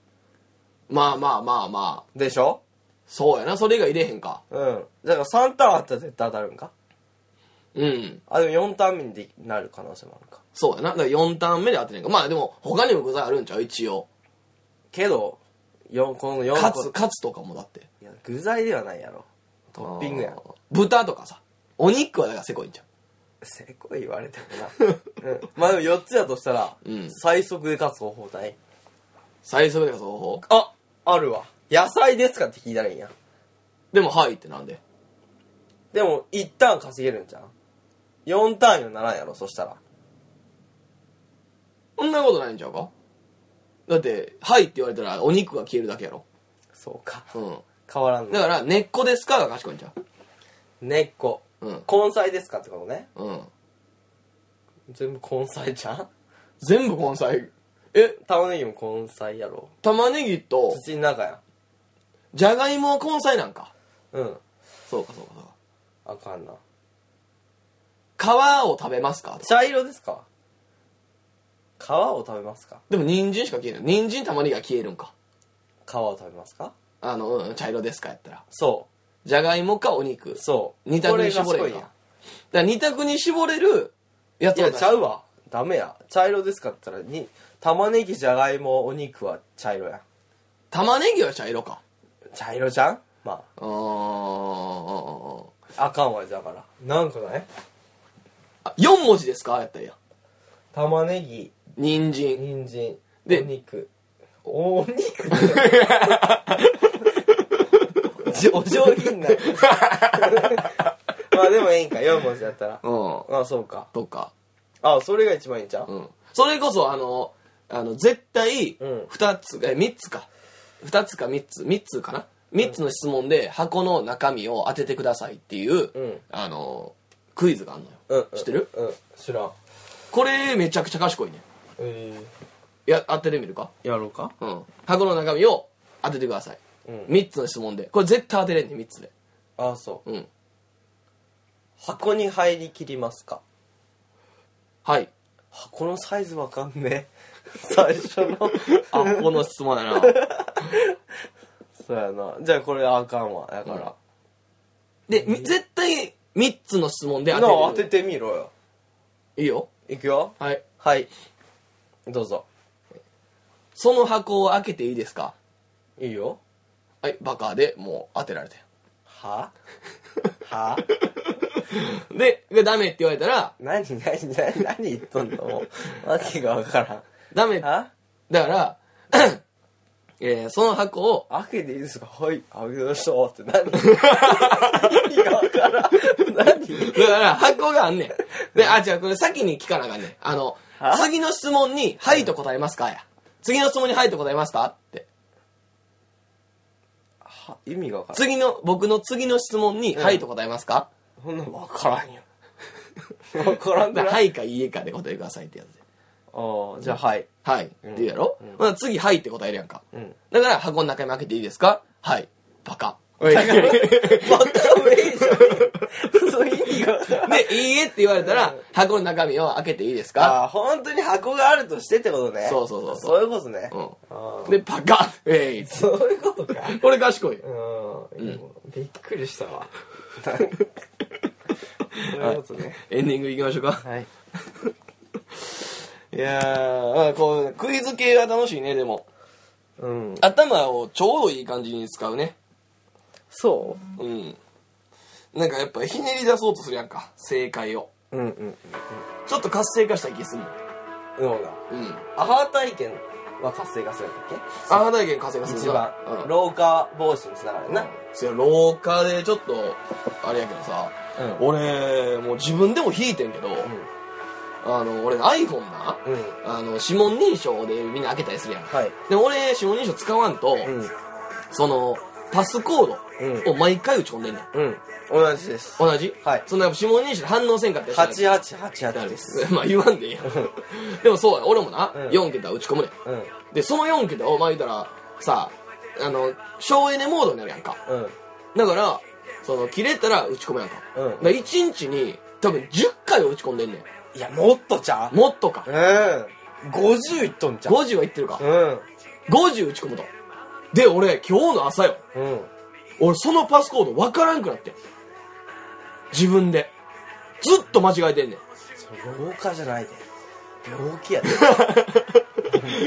まあまあまあまあ、
でしょ
そうやな。それ以外入れへんか。
うんだから3ターンあったら絶対当たるんか
うん。
あでも4ターン目にできなる可能性もあるか
そうやな。だから4ターン目で当てねんか。まあでも、他にも具材あるんちゃう一応。
けどよんこの4
カ
個
ツ、カツとかもだって。
いや具材ではないやろ
ト
ッピングやん
豚とかさお肉はだからせこいんちゃ
せこい言われてもな、うん、まあでも4つやとしたら、
うん
最速で勝つ方法ない
ん最速でか方法
ああるわ野菜ですかって聞いたらいいんや
でも「はい」ってなんで
でも1ターン稼げるんじゃん4ターンにはならんやろそしたら
そんなことないんちゃうかだって「はい」って言われたらお肉が消えるだけやろ
そうか
うん
変わらん
だ
ね
から「根っこですか?」が賢いんちゃ
根っこ
ううん
根菜ですかってことね
うん
全部根菜じゃん
全部根菜え
玉ねぎも根菜やろ
玉ねぎと
土の中や
じゃがいもは根菜なんか
うん
そうかそうかそうか
あかんな
皮を食べますか
茶色ですか皮を食べますか
でも人参しか消えない人参玉ねぎが消えるんか
皮を食べますか
あの、うん、茶色ですかやったら
そ
じゃがいもかお肉
うそう
二択に絞れ
こ
る
がすごい
か
や
だから二択に絞れるやつ
い
を
やちゃうわダメや茶色ですかって言ったらに玉ねぎじゃがいもお肉は茶色やん
玉ねぎは茶色か
茶色じゃんま
うーん
ああかんわだからなんかない
あ4文字ですかやったらいいやん
玉ねぎ
人参
人参
で
お肉 お肉じお上品な まあでもええんか4文字やったら
うん
ああそうか
とか
ああそれが一番いいんちゃう、
うんそれこそあのあの絶対
うん
2つえ3つか2つか3つ3つかな3つの質問で箱の中身を当ててくださいっていう、
うん
あのクイズがあるのよ、
うんうん
知ってる
うん知らん
これめちゃくちゃ賢いね
え
いや当ててみるか
ー、やろうか
うん箱の中身を当ててください、
うん
3つの質問でこれ絶対当てれんね3つで
ああそう
うん
箱に入りきりますか
はい
箱のサイズわかんねえ 最初の
あこの質問やな
そうやなじゃあこれあかんわだから、
でみ絶対3つの質問で
なあ
当
当
て
て
る
てみろよ
いいよ
いくよ
はい
はいどうぞ
その箱を開けていいですか
いいよ
はいバカでもう当てられて
はは
で、これダメって言われたら、
何何何何言っとんのもうわけがわからん
ダメ。だか
あ
ら、 えーその箱を、
開けていいですかはい開けましょうって何意味がわからん何
だから箱があん ねん。で、あ、違う、これ先に聞かなあかんねん。あの
は、
次の質問に、はいと答えますかや。次の質問に、はいと答えますかって。
は意味がわからん
次の、僕の次の質問に、はいと答えますか
そんなんわからんよわからん
だ
だ
から
は
はいいかいいえかで答えてくださいってやつで。
ああじゃあはい
はい。って言うやろ、まあ次、はいって答えるやんか。
うん
だから、箱の中に開けていいですかはい。バカ。
バカ上じゃんそう意味がわからん
で、いいえって言われたら、箱の中身を開けていいですか
ああ本当に箱があるとしてってことね
そうそうそうそう
そういうことね
うん
ああ
で、バカ。え
そういうことか
い。これ賢い。
うん、びっくりしたわそういうことね
エンディングいきましょうか。
はい
いやー、まあ、こう、クイズ系が楽しいね、でも。
うん
頭をちょうどいい感じに使うね。
そ
うん。なんかやっぱひねり出そうとするやんか、正解を。
ううんうん
ちょっと活性化した気すんもん。
うん脳が
うん。
アハ体験は活性化するんだっ
アハ体験活性化
け
する
一番、
うん。
老化防止につながるな、
そや廊下でちょっとあれやけどさ、
うん
俺もう自分でも引いてんけど、あの俺 iPhone な、
うん
あの指紋認証でみんな開けたりするやん、
はい
で俺指紋認証使わんと、
うん
そのパスコードを毎回打ち込んでんねん、
うん同じです
同じ、
はい
そんな指紋認証で反応せんかって
八八八八
で
です す
まあ言わんでええ やんでもそうや俺もな、
うん
4桁打ち込むねん
うん
でその4桁をまあ言うたらさあの省エネモードになるやんか
うん
だからその切れたら打ち込むやんか,、
うん
だから1日に多分10回打ち込んでんね
いやもっとちゃ
んもっとか
ううん50いっとんちゃう
50はいってるか
うん
50打ち込むとで俺今日の朝よ
うん
俺そのパスコード分からんくなってん自分でずっと間違えてんねん
それ老化じゃないで病気やで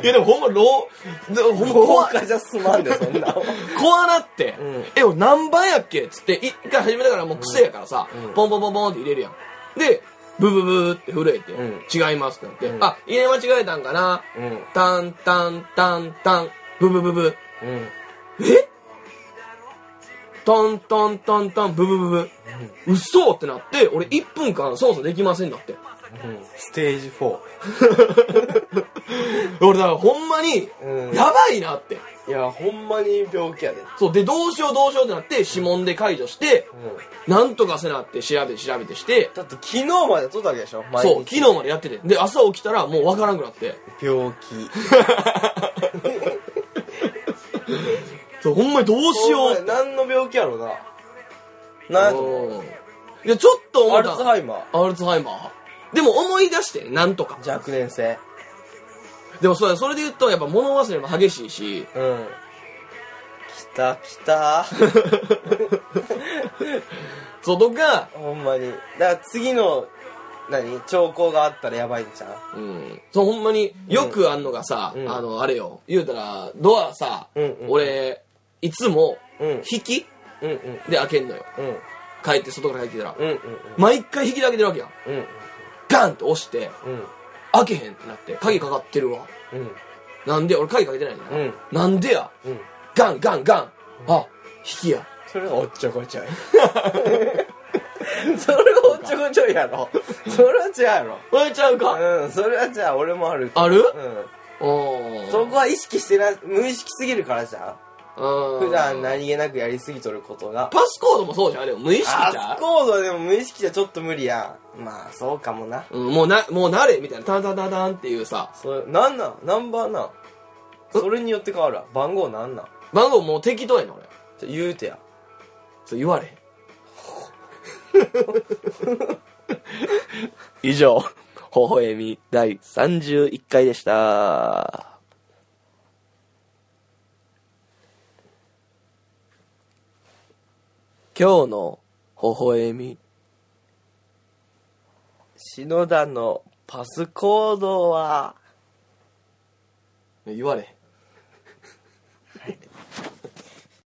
いやでもほんま老でもほんま
老
怖い
化じゃ済まんでそんなもん
怖なって、
うん
え、俺何番やっけっつって、一回始めたからもう癖やからさ、
うん
ポンポンポンポンって入れるやん。で、ブブブーって震えて、
うん
違いますってなって、
うん
あ、入れ間違えたんかな、
うん
タンタンタンタン、ブブブブ、
うん
えタンタンタンタン、ブブブブ、嘘ってなって、俺1分間操作できませんだ って。
うんステージ4
俺だからほんまに、
うん
やばいなって。
いやほんまに病気やで
そう、で、どうしようどうしようってなって、指紋で解除して、
うん
なんとかせなって調べて調べてして、
だって昨日までやっとったわけでしょ毎日
そう、昨日までやってて。で、朝起きたらもうわからんくなって。
病気
そう、ほんまにどうしよう
お前何の病気やろな何やと思う
うんいや、ちょっと思
ア
っ
ル
た。
ツハイマー
アルツハイマー。でも思い出して、なんとか。
若年性
でもそうだ、それで言うと、やっぱ物忘れも激しいし、
うんきたき た
そうとか、
ほんまにだから次の何兆候があったらやばいんちゃ
うん、そうほんまによくあんのがさ、
うん
あの、あれよ、言うたら、ドアさ、
うんうん
俺、いつも
ううん
引き
うんうん
で開けんのよ。
うん
帰って、外から帰ってきたら。
うんうん
毎回引きで開けてるわけやん。
うん
ガンって押して、
うん
開けへんってなって、鍵かかってるわ。
うん
なんで俺鍵かけてないの、
うん
なんでや
うん
ガンガンガンあ引きや
それがおっちょこちょい それがおっちょこちょいやろそれは違うやろ
これちゃうか
うんそれはじゃあ俺もある
ある
うん
おー
そこは意識してな無意識すぎるからじゃん
うん
普段何気なくやりすぎとることが
パスコードもそうじゃんあれ無意識じゃ
あ
ん
スコードはでも無意識じゃちょっと無理やんまあそうかもな
うん、もうな、もうなれみたいな、タンタンタンタンっていうさ、
それなんなんナンバーなんそれによって変わるわ番号なんなん
番号もう適当やねん、俺。
ちょ言うてや
そう言われへん。 以上、微笑み第31回でした。今日の微笑み。
篠田のパスコードは
言われへん。